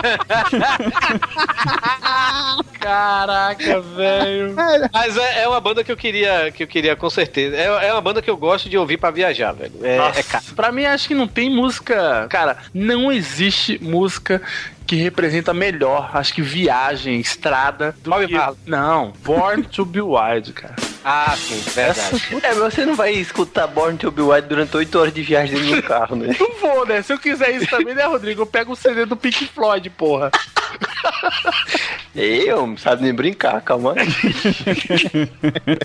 Caraca, velho. Mas é, é uma banda que eu queria, que eu queria com certeza. É, é uma banda que eu gosto de ouvir pra viajar, velho. É, Nossa, é ca- Pra mim, acho que não tem música. Cara, não existe música que representa melhor, acho que viagem, estrada. Do que... Não, Born to Be Wild, cara. Ah, sim, verdade. É, mas você não vai escutar Born to Be Wild durante 8 horas de viagem dentro de um carro, né? Não vou, né? Se eu quiser isso também, né, Rodrigo? Eu pego o CD do Pink Floyd, porra. Eu, não sabe nem brincar, calma.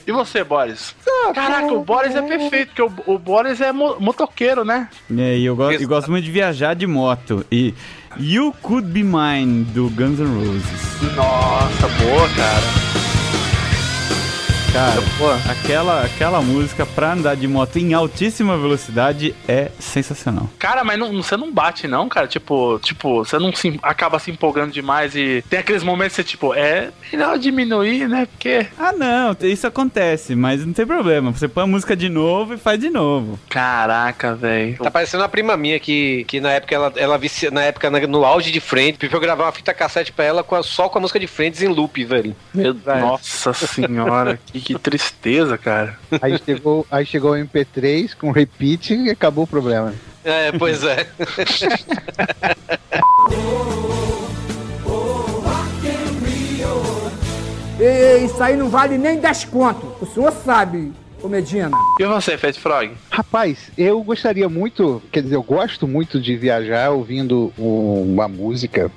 E você, Boris? Caraca, o Boris é perfeito, porque o, o Boris é mo- motoqueiro, né? É, e eu, go eu gosto muito de viajar de moto. E You Could Be Mine, do Guns N' Roses. Nossa, boa, cara. Cara, aquela, aquela música pra andar de moto em altíssima velocidade é sensacional. Cara, mas não- você não bate, não, cara. Tipo, tipo, você não se- acaba se empolgando demais e tem aqueles momentos que você, tipo, é melhor diminuir, né? Porque. Ah, não, isso acontece, mas não tem problema. Você põe a música de novo e faz de novo. Caraca, velho. Tá parecendo uma prima minha que, que na época ela, ela vicia, na época na- no auge de frente, pediu pra eu gravar uma fita cassete pra ela com a- só com a música de Friends em loop, velho. Nossa senhora, que que tristeza, cara. Aí chegou, aí chegou o MP3 com repeat e acabou o problema. É, pois é. Ei, isso aí não vale nem 10 conto. O senhor sabe, ô Medina. E você, Fat Frog? Rapaz, eu gostaria muito, quer dizer, eu gosto muito de viajar ouvindo um, uma música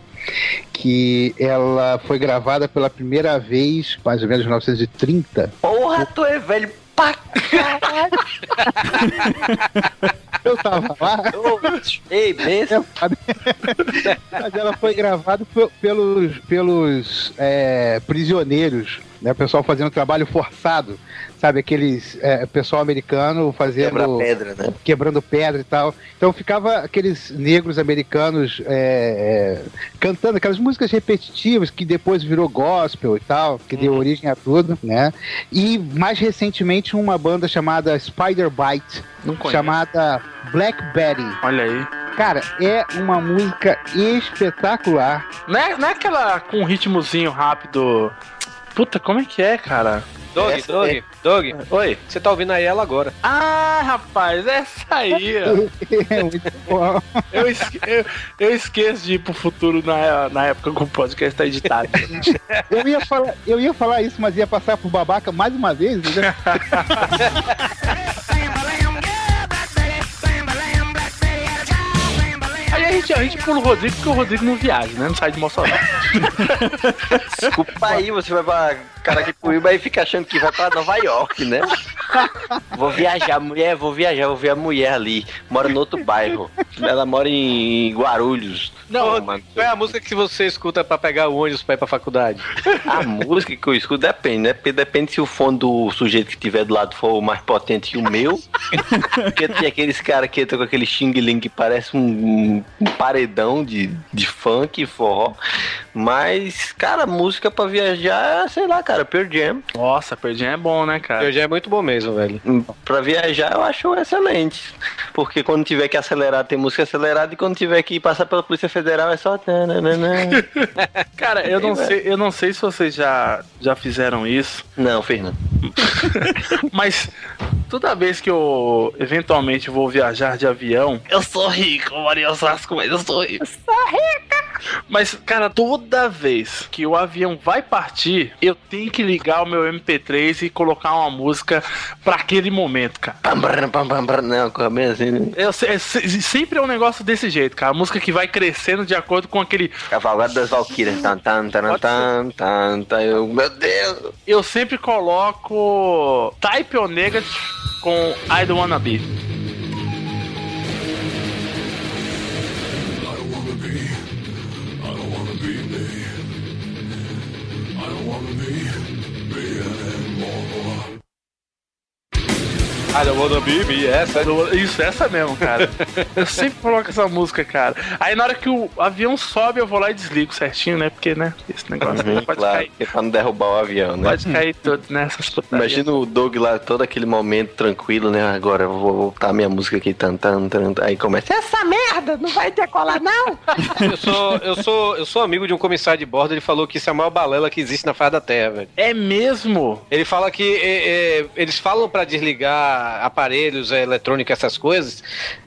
que ela foi gravada pela primeira vez, mais ou menos em 1930. Porra, tu é velho pra caralho! Eu tava lá. Ei, benção. Mas ela foi gravada pe- pelos, pelos é, prisioneiros, né? O pessoal fazendo trabalho forçado, sabe? Aqueles é, pessoal americano fazendo. Quebrar pedra, né? Quebrando pedra e tal. Então ficava aqueles negros americanos é, cantando aquelas músicas repetitivas que depois virou gospel e tal, que deu origem a tudo, né? E mais recentemente uma banda chamada Spider Bite, chamada Black Betty. Olha aí. Cara, é uma música espetacular. Não é, não é aquela com um ritmozinho rápido. Puta, como é que é, cara? Dog, Essa Dog, é- Dog, Oi. você tá ouvindo aí ela agora. Ah, rapaz, essa aí, ó. É muito bom. Eu, esque- eu, eu esqueço de ir pro futuro na, na época que o podcast tá editado. Eu ia, falar, eu ia falar isso, mas ia passar por babaca mais uma vez, né? Aí a gente, a gente pula o Rodrigo porque o Rodrigo não viaja, né? Não sai de Mossoró. Desculpa aí, você vai pra Caraquipuíba e fica achando que vai pra Nova York, né? Vou viajar, mulher, vou viajar, vou ver a mulher ali. Mora no outro bairro. Ela mora em Guarulhos. Não, Pô, mano. qual é a música que você escuta pra pegar o ônibus pra ir pra faculdade? A música que eu escuto depende, né? Porque depende se o fone do sujeito que tiver do lado for mais potente que o meu. Porque tem aqueles caras que entram com aquele xing-ling que parece um, um paredão de, de funk e forró. Mas, cara, música pra viajar, sei lá, cara, Pearl Jam. Nossa, Perdinha é bom, né, cara? Eu já é muito bom mesmo, velho. Pra viajar eu acho excelente. Porque quando tiver que acelerar, tem música acelerada. E quando tiver que passar pela Polícia Federal, é só. tananana. Cara, eu não Sim, sei, eu não sei se vocês já, já fizeram isso, Não, Fernando. mas toda vez que eu eventualmente vou viajar de avião, eu sou rico, Maria Osasco, mas eu sou rico. Mas, cara, toda vez que o avião vai partir, eu tenho que ligar o meu MP3 e colocar uma música pra aquele momento, cara. Pam, bram, pam, pam, bram. Não, corre bem assim. né? Eu se- é se- sempre é um negócio desse jeito, cara. A música que vai crescendo de acordo com aquele. Cavalgada é das Valquírias. Tan, tan, tan, tan, tan, tan. Eu- Meu Deus! Eu sempre coloco Type O Negative com I Don't Wanna Be. I don't Ah, wanna be me, é, essa. Isso, essa mesmo, cara. eu sempre coloco essa música, cara. Aí na hora que o avião sobe, eu vou lá e desligo certinho, né? Porque, né? Esse negócio Uhum, pode claro, cair. porque pra não derrubar o avião, né? Pode cair tudo, né? Essas putarias. Imagina o Doug lá, todo aquele momento tranquilo, né? Agora eu vou voltar minha música aqui. Tan, tan, tan, tan. Aí começa. Essa merda não vai decolar, não? Eu sou, eu, sou, eu sou amigo de um comissário de bordo, ele falou que isso é a maior balela que existe na face da Terra, velho. É mesmo? Ele fala que é, é, eles falam pra desligar aparelhos, é, eletrônica, essas coisas,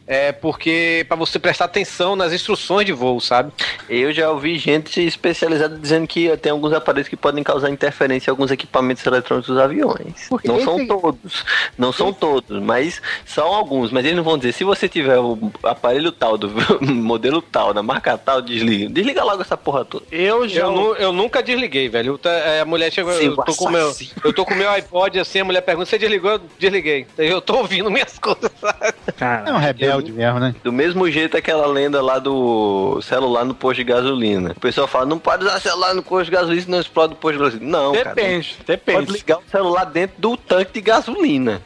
é porque pra você prestar atenção nas instruções de voo, sabe? Eu já ouvi gente especializada dizendo que tem alguns aparelhos que podem causar interferência em alguns equipamentos eletrônicos dos aviões. Porque não esse- são todos. Não são todos, mas são alguns. Mas eles não vão dizer, se você tiver o aparelho tal, do modelo tal, da marca tal, desliga. Desliga logo essa porra toda. Eu já. Eu, nu- eu nunca desliguei, velho. Eu tá- é, A mulher chegou. Seu Eu tô, com meu, assassino. eu tô com meu iPod assim, a mulher pergunta: você desligou? Eu desliguei. Eu tô ouvindo minhas coisas. É um rebelde mesmo, né? Do mesmo jeito aquela lenda lá do celular no posto de gasolina. O pessoal fala, não pode usar celular no posto de gasolina, senão explode o posto de gasolina. Não, cara. Depende, Pode depende. ligar o celular dentro do tanque de gasolina.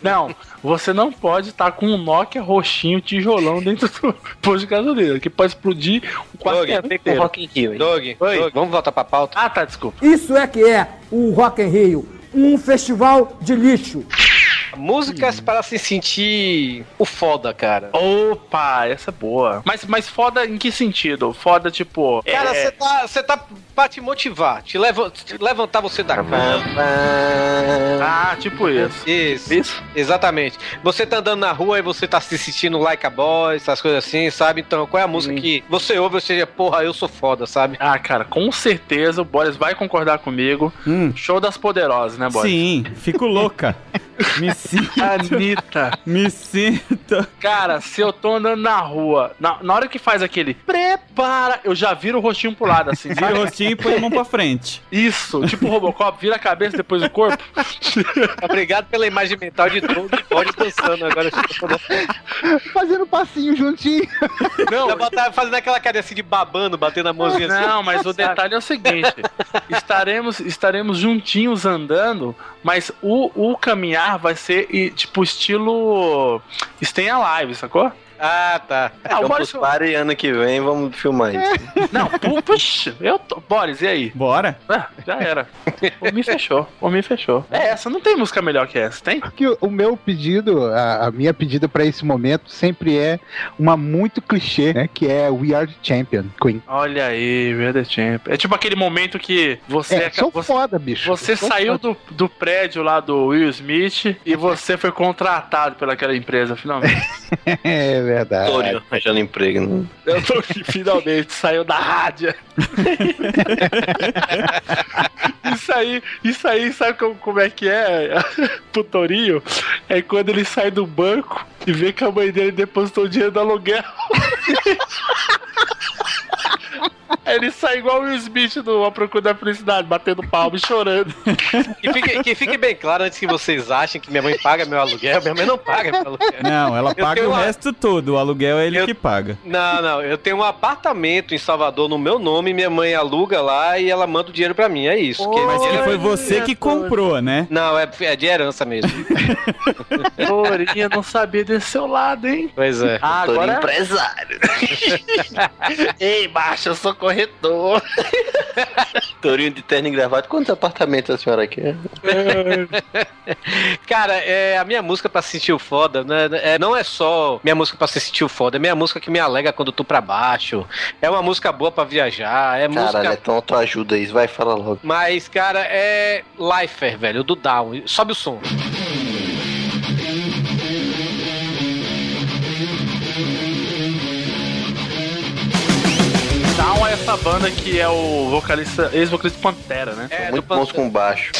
Não, você não pode estar com um Nokia roxinho, tijolão dentro do posto de gasolina, que pode explodir um o quarto Droga, Tem com inteiro. Rock in Rio, hein? Dog, Oi. Dog, vamos voltar pra pauta. Ah, tá, desculpa. Isso é que é o Rock in Rio, um festival de lixo. Músicas para se sentir o foda, cara. Opa, essa é boa. Mas, mas foda em que sentido? Foda, tipo. Cara, você é... tá, cê tá pra te motivar, te, leva, te levantar você da cama. Ah, tipo isso. Isso. Isso. Exatamente. Você tá andando na rua e você tá se sentindo like a boy, essas coisas assim, sabe? Então, qual é a música Sim. que você ouve e você diz, porra, eu sou foda, sabe? Ah, cara, com certeza o Boris vai concordar comigo. Hum. Show das Poderosas, né, Boris? Sim, fico louca. Me sinto. Anitta. Me sinto. Cara, se eu tô andando na rua, na, na hora que faz aquele prepara, eu já viro o rostinho pro lado, assim. Vira o rostinho e põe a mão pra frente. Isso, tipo Robocop, vira a cabeça, depois o corpo. Obrigado pela imagem mental de todo pode dançando agora. tá Fazendo passinho juntinho. Não, eu tava fazendo aquela cara assim de babando, batendo a mãozinha assim. Não, mas o detalhe é o seguinte: estaremos, estaremos juntinhos andando, mas o, o caminhar vai ser e, tipo estilo Stay Alive, sacou? Ah, tá. Ah, o Boris... Party, ano que vem vamos filmar isso. Não, pu puxa, eu tô... Boris, e aí? Bora? Ah, já era. O me fechou, o me fechou. É essa, não tem música melhor que essa, tem? Que o, o meu pedido, a, a minha pedida pra esse momento sempre é uma muito clichê, né? Que é We Are The Champion, Queen. Olha aí, We Are The Champion. É tipo aquele momento que você... É, sou você, foda, bicho. Você saiu foda. do, do prédio lá do Will Smith e você foi contratado pelaquela empresa, finalmente. é, verdade. Tô arranjando emprego. Né? Eu tô aqui, finalmente, saiu da rádio. isso aí, isso aí, sabe como, como é que é? Putorinho? É quando ele sai do banco e vê que a mãe dele depositou o dinheiro do aluguel. Ele sai igual o Will Smith do A Procura da Felicidade, batendo palma e chorando. Que fique, que fique, bem claro antes que vocês achem que minha mãe paga meu aluguel. Minha mãe não paga meu aluguel. Não, ela paga o uma... resto todo. O aluguel é ele eu... que paga. Não, não. Eu tenho um apartamento em Salvador no meu nome. Minha mãe aluga lá e ela manda o dinheiro pra mim. É isso. Oh, mas que foi você que comprou, né? Não, é, é de herança mesmo. Florinha, não sabia desse seu lado, hein? Pois é. Ah, agora... empresário. Ei, baixa, eu sou corretor. Torinho de terno e gravado. Quantos apartamentos a senhora quer? Cara, é, a minha música pra sentir o foda, né? É, não é só minha música pra se sentir o foda, é minha música que me alega quando eu tô pra baixo. É uma música boa pra viajar. É Caralho, música... então tu ajuda isso, vai, fala logo. Mas, cara, é Lifer, velho, do Down. Sobe o som. Down é essa banda que é o vocalista, ex-vocalista Pantera, né? É, muito bons com baixo.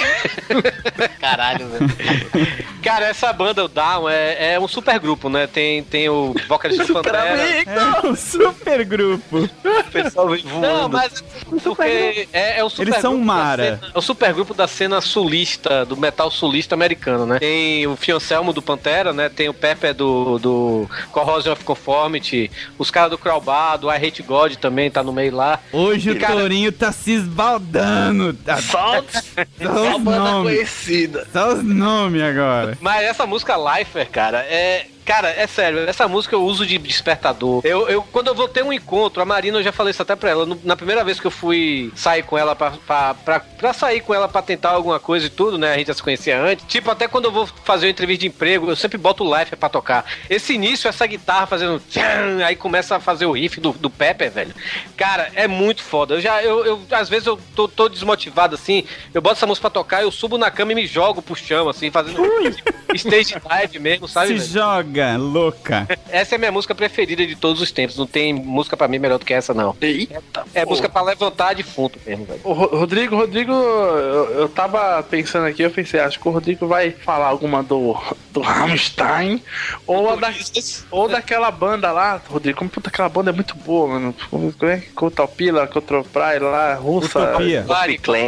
Caralho, velho. Cara, essa banda, o Down, é, é um super grupo, né? Tem, tem o vocalista super Pantera. Amigo. É um super grupo. O pessoal vem voando. Não, mas é um porque é, é um super Eles são Mara. Cena, é o super grupo da cena sulista, do metal sulista americano, né? Tem o Fioncelmo do Pantera, né? Tem o Pepe do, do Corrosion of Conformity, os caras do Crowbar, do I Hate God também, tá no meio lá. Hoje e o cara... Tourinho tá se esbaldando. Tá... Só, só, os nomes. Só os nomes agora. Mas essa música Lifer, cara, é, Cara, é sério, essa música eu uso de despertador. Eu, eu, quando eu vou ter um encontro, a Marina, eu já falei isso até pra ela. No, na primeira vez que eu fui sair com ela pra, pra, pra, pra, sair com ela pra tentar alguma coisa e tudo, né? A gente já se conhecia antes. Tipo, até quando eu vou fazer uma entrevista de emprego, eu sempre boto o Life pra tocar. Esse início, essa guitarra fazendo. Tchan, aí começa a fazer o riff do, do Pepper, velho. Cara, é muito foda. Eu já, eu, eu às vezes eu tô, tô, desmotivado assim, eu boto essa música pra tocar, eu subo na cama e me jogo pro chão, assim, fazendo Ui. stage dive mesmo, sabe? Se velho? joga louca. Essa é a minha música preferida de todos os tempos. Não tem música pra mim melhor do que essa, não. Eita, é pô. música pra levantar defunto mesmo, velho. O Rodrigo, Rodrigo, eu, eu tava pensando aqui, eu pensei, acho que o Rodrigo vai falar alguma do, do Rammstein ou, a da, ou daquela banda lá, Rodrigo. Como puta, aquela banda é muito boa, mano. Como é? Cotopila, Cotroprai lá, russa. Utopia.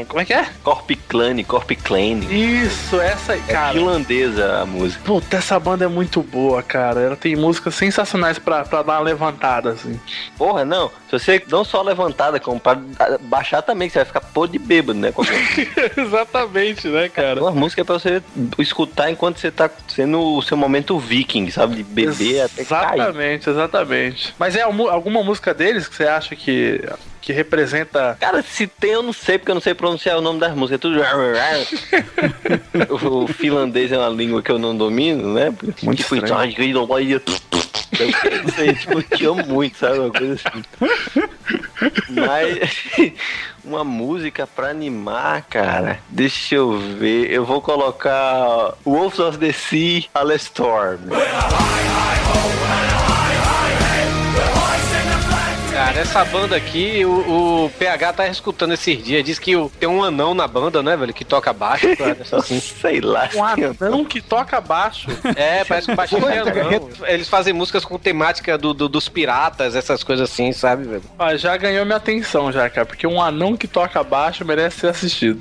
Como é que é? Corpiclane, Corpiclane. Isso, essa aí, cara. É finlandesa a música. Puta, essa banda é muito boa cara. Ela tem músicas sensacionais pra, pra dar uma levantada, assim. Porra, não. Se você não só levantada, como pra baixar também, que você vai ficar pô de bêbado, né? Exatamente, né, cara? Uma música é pra você escutar enquanto você tá sendo o seu momento viking, sabe? De beber exatamente, até Exatamente, exatamente. Mas é alguma música deles que você acha que que representa. Cara, se tem, eu não sei, porque eu não sei pronunciar o nome das músicas. É tudo. o, o finlandês é uma língua que eu não domino, né? Muito tipo, eu sei, tipo, eu te amo muito, sabe? Uma coisa assim. Mas uma música pra animar, cara. Deixa eu ver. Eu vou colocar Wolves of the Sea, Alestorm. Cara, essa banda aqui, o, o PH tá escutando esses dias. Diz que o- tem um anão na banda, né, velho? Que toca baixo. cara, assim. Sei lá. Um anão que toca baixo. É, parece que o baixista é anão. Eles fazem músicas com temática do, do- dos piratas, essas coisas assim, sabe, velho? Ah, já ganhou minha atenção, já, cara, porque um anão que toca baixo merece ser assistido.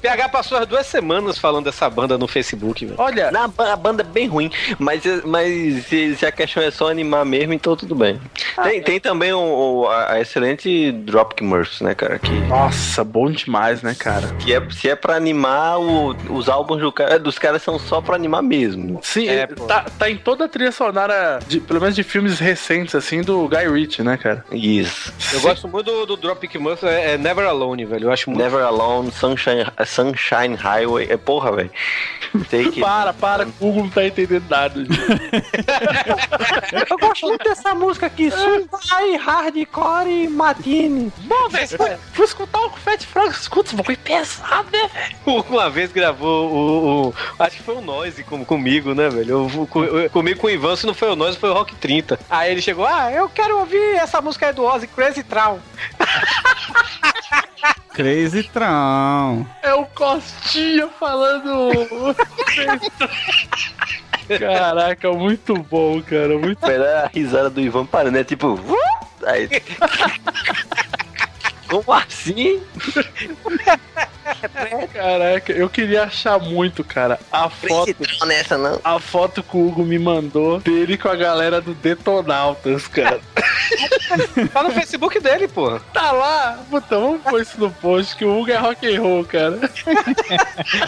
PH passou as duas semanas falando dessa banda no Facebook, velho. Olha, Na, ba- a banda é bem ruim, mas, mas se, se a questão é só animar mesmo, então tudo bem. tem, tem também o, o- a, a excelente Dropkick Murphys, né, cara? Que, Nossa, bom demais, né, cara? que é, se é pra animar, o- os álbuns do cara- dos caras são só pra animar mesmo. Sim, tá, tá em toda a trilha sonora, de- pelo menos de filmes recentes, assim, do Guy Ritchie, né, cara? Isso. Eu gosto muito do, do Dropkick Murphys, é, é Never Alone, velho. Eu acho muito. Never Alone, Sunshine, Sunshine Highway. É porra, velho. Take it. Para, para, o Google não tá entendendo nada. gente. Eu gosto muito dessa múca É. aqui, Sunday, Hardcore e Matine. Bom, velho, vou, vou escutar o Fat Frank, escuta, vou pesado, né, velho? Uma vez gravou o, o- Acho que foi o Noise com, comigo, né, velho? Eu, com- eu- comigo com o Ivan, se não foi o Noise, foi o Rock 30. Aí ele chegou, ah, eu quero ouvir essa música aí do Ozzy, Crazy Town. Crazy Tron. É o Costinha falando. Caraca, muito bom, cara, muito Era a risada do Ivan parando, né? Tipo... "Uh!" Aí... Como assim? Caraca, eu queria achar muito, cara, a foto, Principal nessa, não. a foto que o Hugo me mandou dele com a galera do Detonautas, cara. Tá no Facebook dele, porra. Tá lá, puta, vamos pôr isso no post que o Hugo é rock and roll, cara.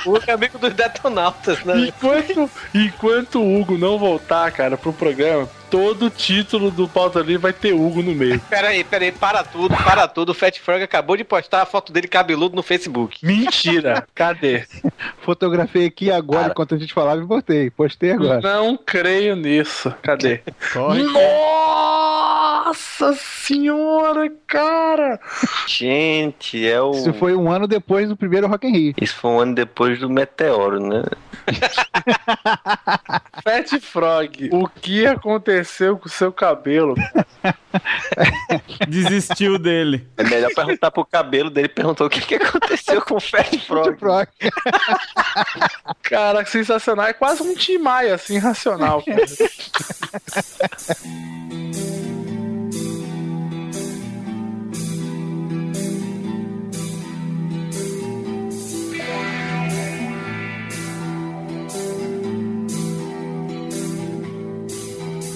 O amigo dos Detonautas, né? Enquanto, enquanto o Hugo não voltar, cara, pro programa, todo título do pauta ali vai ter Hugo no meio. Peraí, peraí, para tudo, para tudo. O Fat Frank acabou de postar a foto dele cabeludo no Facebook. Mentira, cadê? Fotografei aqui agora, enquanto a gente falava, e botei. Postei agora. Não creio nisso. Cadê? Corre. Nossa senhora, cara! Gente, é o... Isso foi um ano depois do primeiro Rock in Rio. Isso foi um ano depois do meteoro, né? Fat Frog, o que aconteceu com o seu cabelo? Desistiu dele. É melhor perguntar pro cabelo dele, perguntou o que, que aconteceu com o Fat Frog. Frog. Cara, sensacional. É quase um Tim Maia, assim, racional. cara.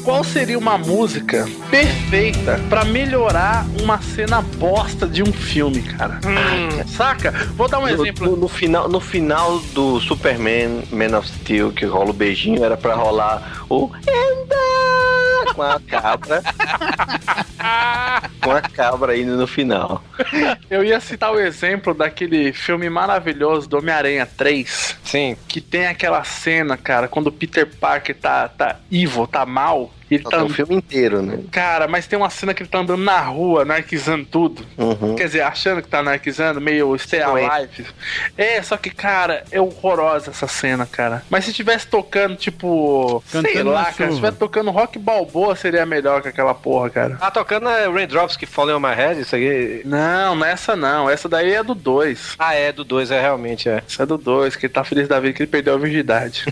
Qual seria uma música perfeita pra melhorar uma cena bosta de um filme, cara? Saca? Vou dar um No, exemplo. no- no final, no final do Superman Man of Steel, que rola o beijinho, era pra rolar o Enda com a cabra. com a cabra ainda no final. Eu ia citar o exemplo daquele filme maravilhoso do Homem-Aranha 3, Sim. que tem aquela cena, cara, quando o Peter Parker tá, tá evil, tá mal, e ele tá Tá o andando. filme inteiro, né? Cara, mas tem uma cena que ele tá andando na rua, anarquizando tudo. Uhum. Quer dizer, achando que tá anarquizando, meio stay Não é. alive. É, só que, cara, é horrorosa essa cena, cara. Mas se tivesse tocando, tipo. sei Cantando lá, na cara. chuva. Se tivesse tocando rock balboa, seria melhor que aquela porra, cara. Tá tocando é, Raindrops que Fall on My Head, isso aí. Não, não é essa não. Essa daí é do 2. Ah, é, do 2, é realmente, é. Isso é do 2, que ele tá feliz da vida que ele perdeu a virgindade.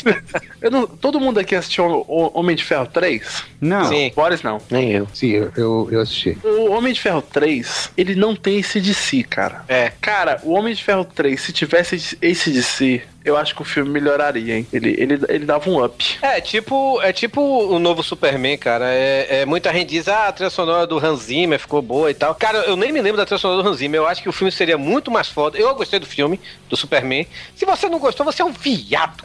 Eu não- todo mundo aqui assistiu o, o Homem de Ferro 3? Não. Sim. Boris não. Nem eu. Sim, eu, eu, eu assisti. O Homem de Ferro 3, ele não tem esse de si, cara. É. Cara, o Homem de Ferro 3, se tivesse esse de si, eu acho que o filme melhoraria, hein? Ele, ele, ele dava um up. É tipo, é tipo o novo Superman, cara. É, é, muita gente diz, ah, a trilha sonora do Hans Zimmer ficou boa e tal. Cara, eu nem me lembro da trilha sonora do Hans Zimmer. Eu acho que o filme seria muito mais foda. Eu gostei do filme, do Superman. Se você não gostou, você é um viado.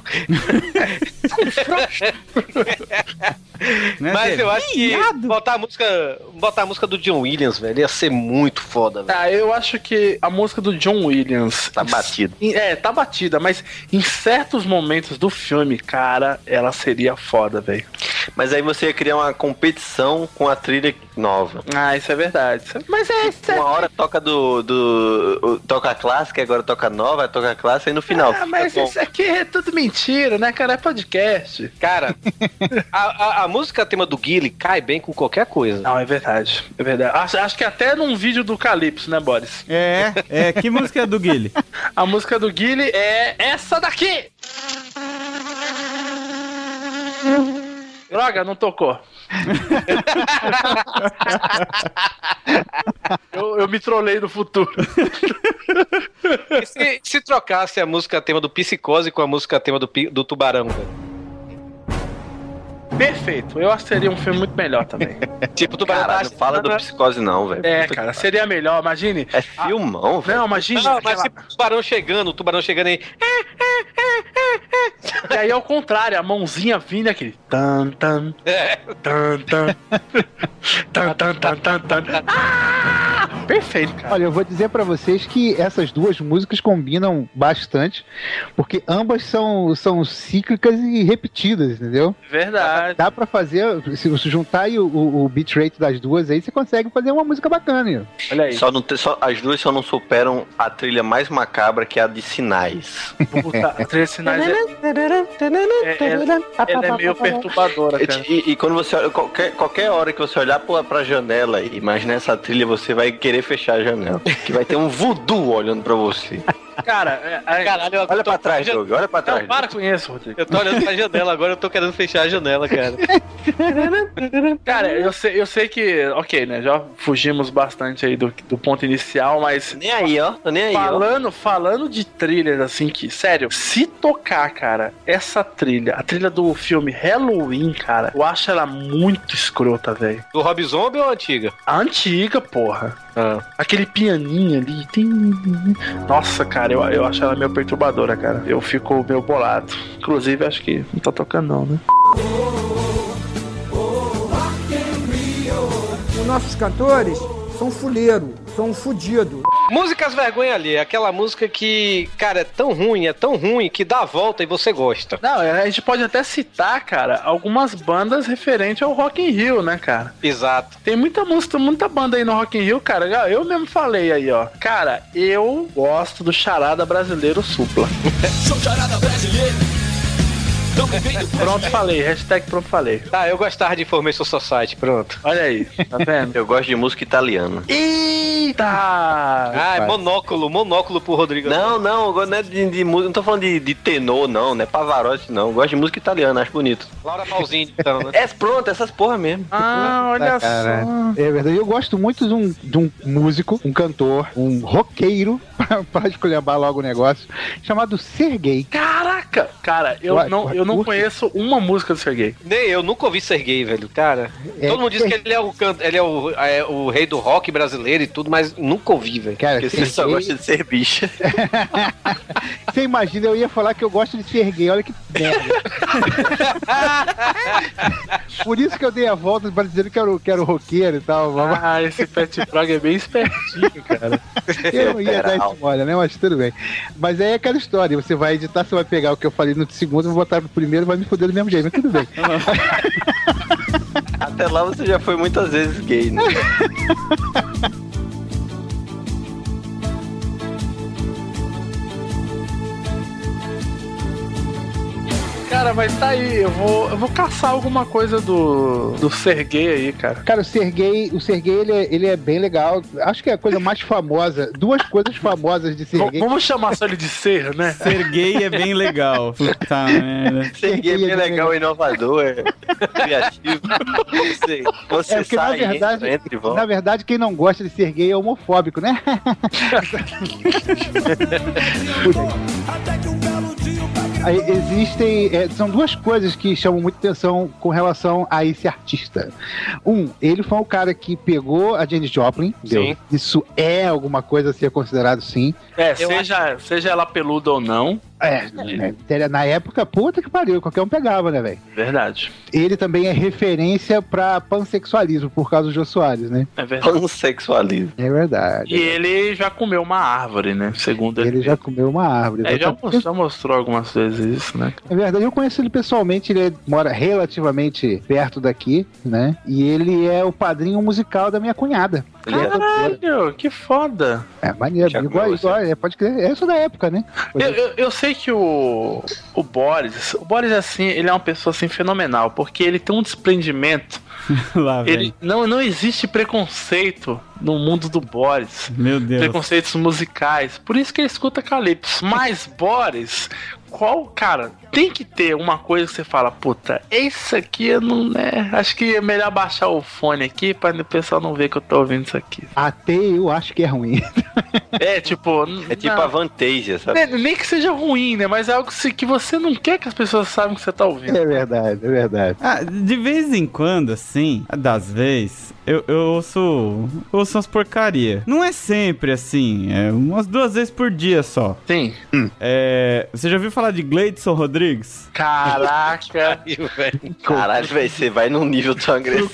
Né? Mas eu acho que botar a música, botar a música do John Williams, velho, ia ser muito foda, velho. Ah, eu acho que a música do John Williams tá batida. É, tá batida, mas em certos momentos do filme, cara, ela seria foda, velho. Mas aí você ia criar uma competição com a trilha nova. Ah, isso é verdade. Isso é- Mas é isso. é- Uma hora toca do. do o- toca a clássica, agora toca nova, toca a clássica e no final. Ah, mas isso aqui é tudo mentira, né, cara? É podcast. Cara, a, a- a música tema do Guile cai bem com qualquer coisa. Não, é verdade. É verdade. Acho, acho que até num vídeo do Calypso, né, Boris? É, é. Que música é do Guile? A música do Guile é essa daqui! Droga, não tocou. eu, eu me trolei no futuro. E se, se trocasse a música tema do Psicose com a música tema do, pi- do Tubarão, velho? Perfeito. Eu acho que seria um filme muito melhor também. Tipo, o Tubarão Cara, tá não fala do psicose, não, velho. É, Puta que cara, pariu. seria melhor, imagine. É filmão, velho. Não, imagine. Não, mas aquela- tipo, o tubarão chegando, o tubarão chegando aí. E aí é o contrário, a mãozinha vindo aqui. Tan, tan, É. tan, tan. tan, tan, tan, tan, tan. Ah! Perfeito, cara. Olha, eu vou dizer pra vocês que essas duas músicas combinam bastante, porque ambas são, são cíclicas e repetidas, entendeu? Verdade. Dá pra fazer, se você juntar aí o, o, o bitrate das duas aí, você consegue fazer uma música bacana. Hein? Olha aí. Só não tem- só- as duas só não superam a trilha mais macabra que é a de sinais. Puta, a trilha de sinais é, é, é- ela é meio perturbadora, cara. E, e quando você olha, qualquer, qualquer hora que você olhar pra, pra janela e imaginar essa trilha, você vai querer fechar a janela. Que vai ter um voodoo olhando pra você. Cara, é, é- Caralho, eu Olha pra trás, já- Doug, olha pra não, trás. para com isso, Rodrigo. Eu tô olhando pra janela agora, eu tô querendo fechar a janela, cara. Cara, eu sei, eu sei que, ok, né? Já fugimos bastante aí do, do ponto inicial, mas Nem aí, ó. Tô nem aí, ó. Falando, falando de trilhas, assim, que, sério, se tocar, cara, essa trilha, a trilha do filme Halloween, cara, eu acho ela muito escrota, velho. Do Rob Zombie ou a antiga? A antiga, porra. Ah. Aquele pianinho ali. tem- Nossa, cara, eu, eu acho ela meio perturbadora, cara. Eu fico meio bolado. Inclusive, acho que não tá tocando, não, né? Os nossos cantores são fuleiro, são fudido. Músicas vergonha ali, aquela música que, cara, é tão ruim, é tão ruim que dá a volta e você gosta. Não, é, a gente pode até citar, cara, algumas bandas referentes ao Rock in Rio, né, cara? Exato. Tem muita música, muita banda aí no Rock in Rio, cara. Já Eu mesmo falei aí, ó. Cara, eu gosto do charada brasileiro supla. Pronto, falei. Hashtag pronto, falei. Tá, eu gostava de Information Society, pronto. Olha aí, tá vendo? Eu gosto de música italiana. Eita! Ah, é Rapaz. monóculo, monóculo pro Rodrigo. Não, não, eu gosto- não é de, de música. Não tô falando de, de tenor, não, não é Pavarotti, não. Eu gosto de música italiana, acho bonito. Laura Pausini, então, né? É pronto, essas porra mesmo. Ah, olha Cara, só. É verdade. Eu gosto muito de um, de um músico, um cantor, um roqueiro, pra, pra esculhambar logo o negócio, chamado Sergei. Caraca! Cara, eu Uai, não, uai, eu não curte? conheço uma música do Sergei. Nem eu, nunca ouvi ser gay, velho, cara. É, Todo mundo diz é- que ele é o canto, ele é o, é o rei do rock brasileiro e tudo, mas nunca ouvi, velho. Cara, Porque você só Sergei- gosta de ser bicha. Você imagina, eu ia falar que eu gosto de Serguei, olha que merda. Por isso que eu dei a volta pra dizer que era, o- que era o roqueiro e tal. mas Ah, esse Pet Frog é bem espertinho, cara. Eu não ia dar Liberal. spoiler, né? Mas tudo bem. Mas aí é aquela história, você vai editar, você vai pegar o que eu falei no segundo, vou botar no primeiro, vai me foder do mesmo jeito, mas tudo bem. Até lá você já foi muitas vezes gay, né? Cara, mas tá aí. Eu vou, eu vou caçar alguma coisa do, do Sergei aí, cara. Cara, o Sergei, o Sergei ele, é, ele é bem legal. Acho que é a coisa mais famosa, duas coisas famosas de V- Sergei. vamos chamar só ele de ser, né? Ser gay é bem legal. Puta merda. Ser gay é bem legal, é inovador, é criativo. Você, você É porque na sai, verdade, entra, entra e volta. na verdade quem não gosta de Sergei é homofóbico, né? Aí existem. é, são duas coisas que chamam muita atenção com relação a esse artista. Um, ele foi o cara que pegou a Janis Joplin. entendeu? Isso é alguma coisa a ser considerado sim. É, seja, seja ela peluda ou não. É, é, na época, puta que pariu, qualquer um pegava, né, velho? Verdade. Ele também é referência pra pansexualismo, por causa do Jô Soares, né? É verdade. Pansexualismo. É verdade. E ele já comeu uma árvore, né? Segundo ele. Ele já comeu uma árvore. É, já, já mostrou algumas vezes isso, né? É verdade, eu conheço ele pessoalmente, ele mora relativamente perto daqui, né? E ele é o padrinho musical da minha cunhada. tá Caralho, que foda. É maneiro, Já igual, comeu, igual, é, pode crer, é isso da época, né? Eu, eu, eu sei que o, o Boris, o Boris assim, ele é uma pessoa assim fenomenal, porque ele tem um desprendimento. Lá, Tá ele, não, não existe preconceito no mundo do Boris. Meu Deus. Preconceitos musicais. Por isso que ele escuta Calypso. Mas Boris, qual, cara, tem que ter uma coisa que você fala, puta, isso aqui eu não é. Acho que é melhor baixar o fone aqui pra o pessoal não ver que eu tô ouvindo isso aqui. Até eu acho que é ruim. É, tipo. É tipo a Vantasia, sabe? Nem, nem que seja ruim, né? Mas é algo que se- que você não quer que as pessoas saibam que você tá ouvindo. É verdade, é verdade. Ah, de vez em quando, assim, das vezes, eu, eu ouço, eu ouço umas porcaria. Não é sempre assim, é umas duas vezes por dia só. Sim. É, você já ouviu falar de Gleidson Rodrigues? Caraca. Caralho, velho, você vai num nível tão agressivo.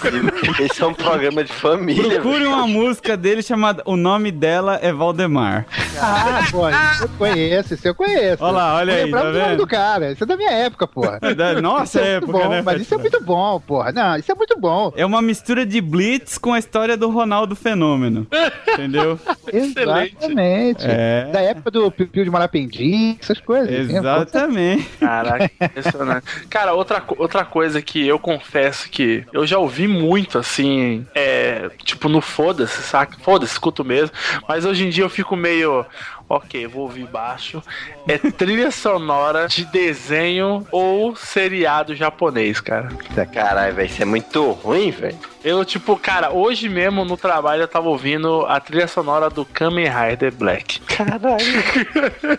Esse é um programa de família. Procure uma música dele chamada O Nome Dela é Valdemar. Ah, pô, eu conheço, isso eu conheço. Olha lá, olha Eu aí, lembrava tá do nome vendo? do cara, isso é da minha época, porra. É da Isso nossa é muito época, bom, né, Mas isso é muito bom, porra. Não, isso é muito bom. É uma mistura de Blitz com a história do Ronaldo Fenômeno. Entendeu? Excelente. Exatamente. É. Da época do Piu Piu de Malapendi, essas coisas. né, Exatamente. Caraca, impressionante. Cara, outra, co- outra coisa que eu confesso que eu já ouvi muito, assim, é. Tipo, no foda-se, saca? Foda-se, escuto mesmo. Mas hoje em dia eu fico meio. Ok, vou ouvir baixo. É trilha sonora de desenho ou seriado japonês, cara. Caralho, velho, isso é muito ruim, velho. Eu, tipo, cara, hoje mesmo no trabalho eu tava ouvindo a trilha sonora do Kamen Rider Black. Caralho.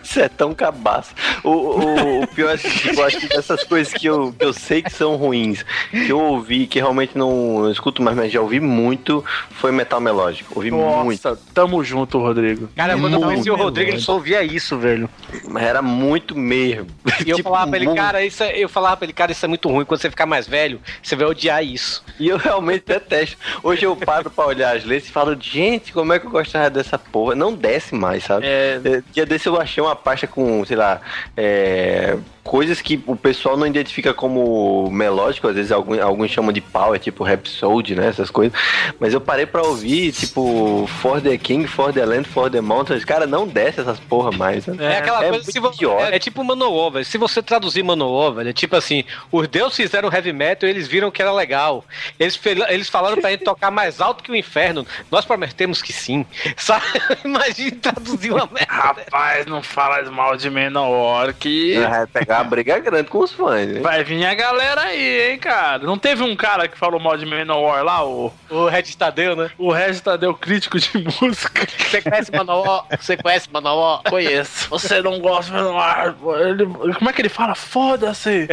Você é tão cabaço. O, o, o pior é que tipo, eu acho que dessas coisas que eu, que eu sei que são ruins, que eu ouvi, que realmente não, não escuto mais, mas já ouvi muito, foi metal melódico. Ouvi muito. Nossa, tamo junto, Rodrigo. Cara, quando eu Muito conheci o Rodrigo, ele melódico. só ouvia isso, velho. Mas era muito mesmo. E eu Tipo, falava pra ele, muito. cara, isso é- eu falava pra ele, cara, isso é muito ruim. Quando você ficar mais velho, você vai odiar isso. E eu realmente detesto. Hoje eu paro pra olhar as letras e falo, gente, como é que eu gostava dessa porra? Não desce mais, sabe? É, Dia desse eu achei uma pasta com, sei lá, é, coisas que o pessoal não identifica como melódico, às vezes algum- alguns, chamam de power, tipo Rhapsody, né? Essas coisas. Mas eu parei pra ouvir, tipo, For the King, For the Land, For the Mountains. Cara, não desce essas porra mais. sabe? É, aquela coisa. muito Se você, idiota. é, é tipo Manowar, velho. Se você traduzir Manowar, velho, é tipo assim: os deuses fizeram heavy metal e eles viram que era legal. Eles, fel- eles falaram pra gente tocar mais alto que o inferno. Nós prometemos que sim. Sabe? Imagina traduzir uma merda. Rapaz, não fala mal de menor que. Vai pegar uma briga grande com os fãs, né? Vai vir a galera aí, hein, cara. Não teve um cara que falou mal de Manowar lá, o, O Red Tadeu, né? o resto Tadeu crítico de música? Você conhece Manowar? Você conhece Manowar? Conheço. Você não gosta de Manowar. pô. Ele- como é que ele fala? Foda-se.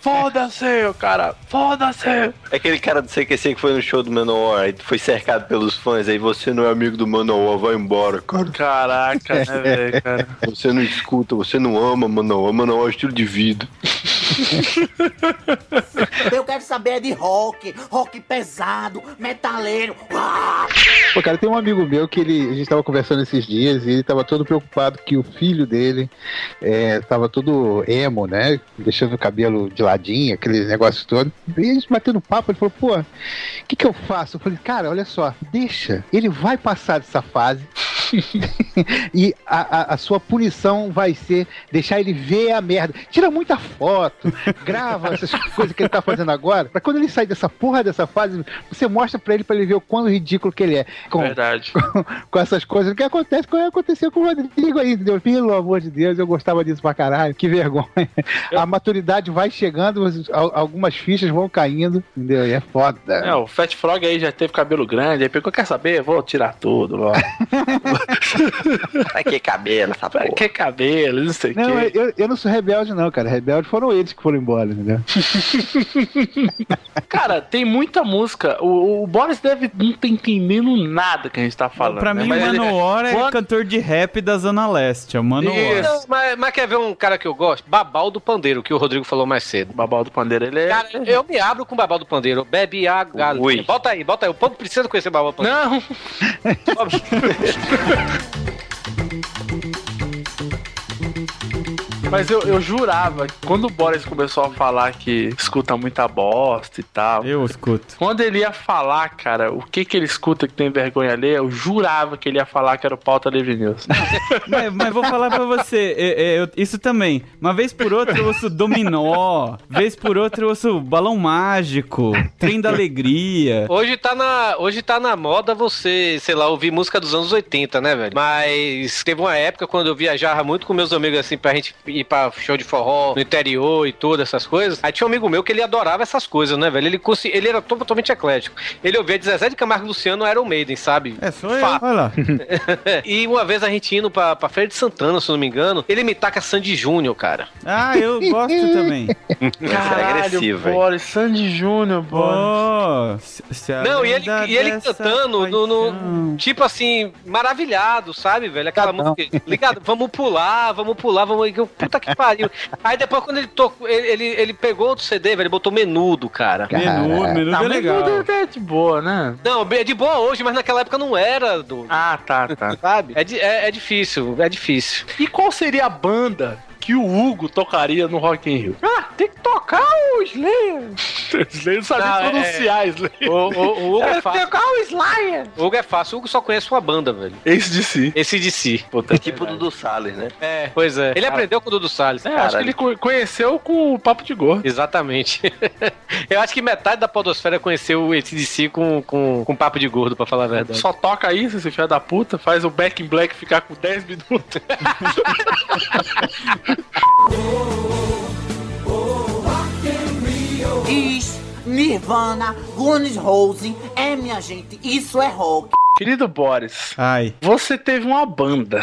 Foda-se, o cara. Foda-se. É Aquele cara do CQC que foi no show do Manowar aí foi cercado pelos fãs, aí você não é amigo do Manowar, vai embora, cara. Caraca, né, É, velho, cara. Você não escuta, você não ama Manowar, Manowar é estilo de vida. Eu quero saber é de rock, rock pesado, metaleiro. Ah! Pô, cara, tem um amigo meu que ele, a gente tava conversando esses dias e ele tava todo preocupado que o filho dele é, tava todo emo, né? Deixando o cabelo de ladinho, aquele negócio todo. E a gente batendo papo, ele falou, pô, o que que eu faço? Eu falei, cara, olha só, deixa, ele vai passar dessa fase e a, a- a sua punição vai ser deixar ele ver a merda. Tira muita foto, grava essas coisas que ele tá fazendo agora, pra quando ele sair dessa porra dessa fase, você mostra pra ele, pra ele ver o quão ridículo que ele é. Com, Verdade. com essas coisas. O que acontece? O que aconteceu com o Rodrigo aí, entendeu? Pelo amor de Deus, eu gostava disso pra caralho. Que vergonha. A maturidade vai chegando, mas al- algumas fichas vão caindo, entendeu? E é foda. É, o Fat Frog aí já teve cabelo grande, aí pegou, quer saber? Vou tirar tudo, ó. pra que cabelo, essa Pra que cabelo, não sei o Não, quê. eu, eu não sou rebelde, não, cara. Rebelde foram eles que foram embora, entendeu? Cara, tem muita música. O, o Boris deve não tá entendendo nada que a gente tá falando. Pra né? mim, Mas ele- Manowar é Mano- cantor de rap da Zona Leste. É o Manowar. Não, mas, mas quer ver um cara que eu gosto? Babal do Pandeiro, que o Rodrigo falou mais cedo. Babal do Pandeiro, ele é. Cara, eu me abro com Babal do Pandeiro. Bebe a galera. Ui. Bota aí, bota aí. O povo precisa conhecer Babal do Pandeiro. Não! Mas eu, eu jurava que quando o Boris começou a falar que escuta muita bosta e tal. Eu escuto. Quando ele ia falar, cara, o que que ele escuta que tem vergonha ali, eu jurava que ele ia falar que era o pauta livre news. Mas, mas vou falar pra você, é, é, eu- isso também. Uma vez por outra eu ouço dominó, vez por outra eu ouço balão mágico, trem da alegria. Hoje tá, na, hoje tá na moda você, sei lá, ouvir música dos anos 80, né, velho? Mas teve uma época quando eu viajava muito com meus amigos, assim, pra gente ir pra show de forró no interior e todas essas coisas. Aí tinha um amigo meu que ele adorava essas coisas, né, velho? Ele, consci- ele era totalmente eclético. Ele ouvia Zezé de Camargo e Luciano Iron Maiden, sabe? É, sou eu. Fato. Olha lá. e uma vez a gente indo pra, pra Feira de Santana, se eu não me engano, ele me taca Sandy Júnior, cara. Ah, eu gosto também. Caralho, agressivo, hein? Boris, Sandy Júnior, Boris. Oh, se, se a Não, e ele, lenda e ele dessa cantando, no, no- tipo assim, maravilhado, sabe, velho? Aquela música, ligado? Vamos pular, vamos pular, vamos. que- Puta que pariu. Aí depois, quando ele tocou, ele, ele, ele pegou outro CD, velho, ele botou menudo, cara. Menudo, menudo Tá, é mas legal. tudo é de boa, né? Não, é de boa hoje, mas naquela época não era, do, Ah, tá, tá. sabe? É, di- é- é difícil, é difícil. E qual seria a banda que o Hugo tocaria no Rock in Rio? Ah, tem que tocar o Slayer. Slayer não sabe Não, é- pronunciar Slayer. O, o- o Hugo é Tem que fácil. tocar o Slayer. O Hugo é fácil, o Hugo só conhece uma banda, velho. Esse de si. Esse de si. É tipo o Dudu Salles, né? É, pois é. Ele aprendeu com o Dudu Salles. É, acho que ele co- conheceu com o Papo de Gordo. Exatamente. Eu acho que metade da podosfera conheceu o ACDC com, com, com papo de gordo, pra falar a verdade. Só toca isso, esse filho da puta, faz o Back in Black ficar com 10 minutos. Is, Nirvana, Guns Rose. É, minha gente, isso é rock. Querido Boris, Ai. você teve uma banda.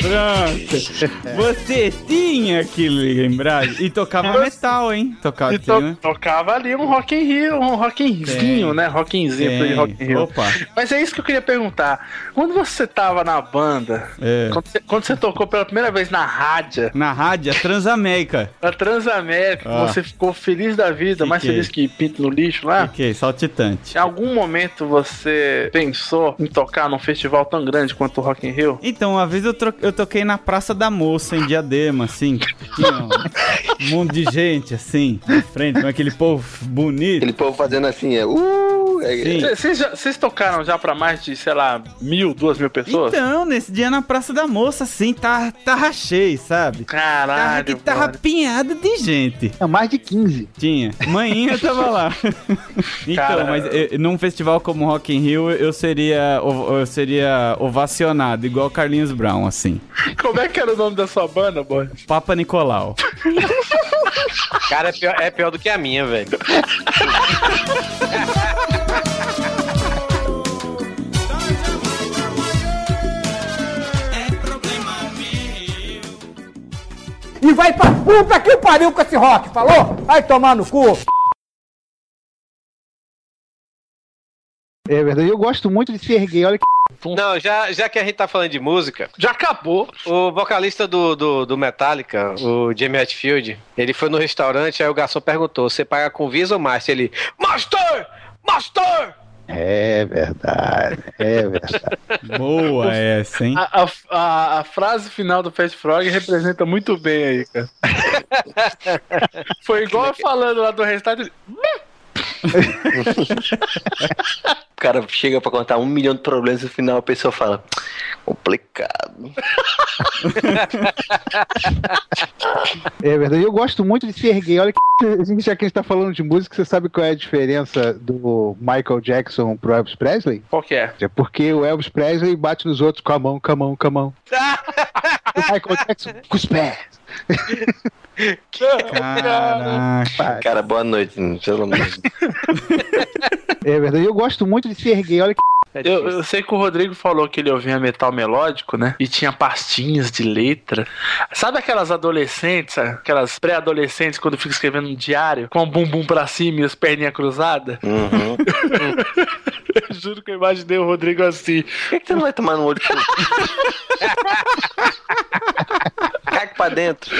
Pronto. Você tinha que lembrar. E tocava metal, hein? Tocava E tem, to- né? tocava ali um Rock in Rio, um Rock inzinho, Tem. né? Rock inzinho, Tem. play Rock in Rio. Opa. Mas é isso que eu queria perguntar. Quando você tava na banda, É. quando você, quando você tocou pela primeira vez na rádio, Na rádio, a Transamérica. na Transamérica, Ah. você ficou feliz da vida, mais Fiquei. feliz que pinto no lixo Ah. lá? Fiquei saltitante. Em algum momento você pensou em tocar num festival tão grande quanto o Rock in Rio? Então, uma vez eu, tro- eu toquei na Praça da Moça, em Diadema, assim. que Tinha um monte de gente, assim, na frente, com aquele povo bonito. Aquele povo fazendo assim, é. Uh, é- Sim. Cê- Vocês já- vocês tocaram já pra mais de, sei lá, mil, duas mil pessoas? Então, nesse dia na Praça da Moça, assim, tá, tá cheio, sabe? Tava que Caralho, tava mano. pinhada de gente. É mais de 15. Tinha. Manhinha tava lá. então, Cara. mas eh, num festival como Rock in Rio, eu seria, ov- eu seria ovacionado, igual Carlinhos Brown, assim. Como é que era o nome da sua banda, boy? Papa Nicolau. Cara, é pior, é pior do que a minha, velho. E vai pra puta que pariu com esse rock, falou? Vai tomar no cu. É verdade. Eu gosto muito de ser gay. Olha que. Não, já, já que a gente tá falando de música, Já acabou. o vocalista do, do, do Metallica, o Jamie Hetfield, ele foi no restaurante, aí o garçom perguntou: você paga com Visa ou Master? Ele. Master! Master! É verdade. É verdade. Boa essa, hein? A, a- a- a frase final do Fast Frog representa muito bem aí, cara. Foi igual eu é falando lá do restante. O cara chega pra contar um milhão de problemas no final a pessoa fala. Complicado. É verdade. Eu gosto muito de ser gay. Olha que. Assim, Já que a gente tá falando de música, você sabe qual é a diferença do Michael Jackson pro Elvis Presley? Qual que é? É porque o Elvis Presley bate nos outros com a mão, com a mão, com a mão. o Michael Jackson com os pés. Caraca. Cara, boa noite. Pelo amor de Deus. É verdade. Eu gosto muito de ser gay. Olha que. É eu, eu, sei que o Rodrigo falou que ele ouvia metal melódico, né? E tinha pastinhas de letra. Sabe aquelas adolescentes, aquelas pré-adolescentes, quando fica escrevendo um diário, com o bumbum pra cima e as perninhas cruzadas? Uhum. eu juro que eu imaginei o Rodrigo assim. Por que, que você não vai tomar no olho? Caca pra dentro.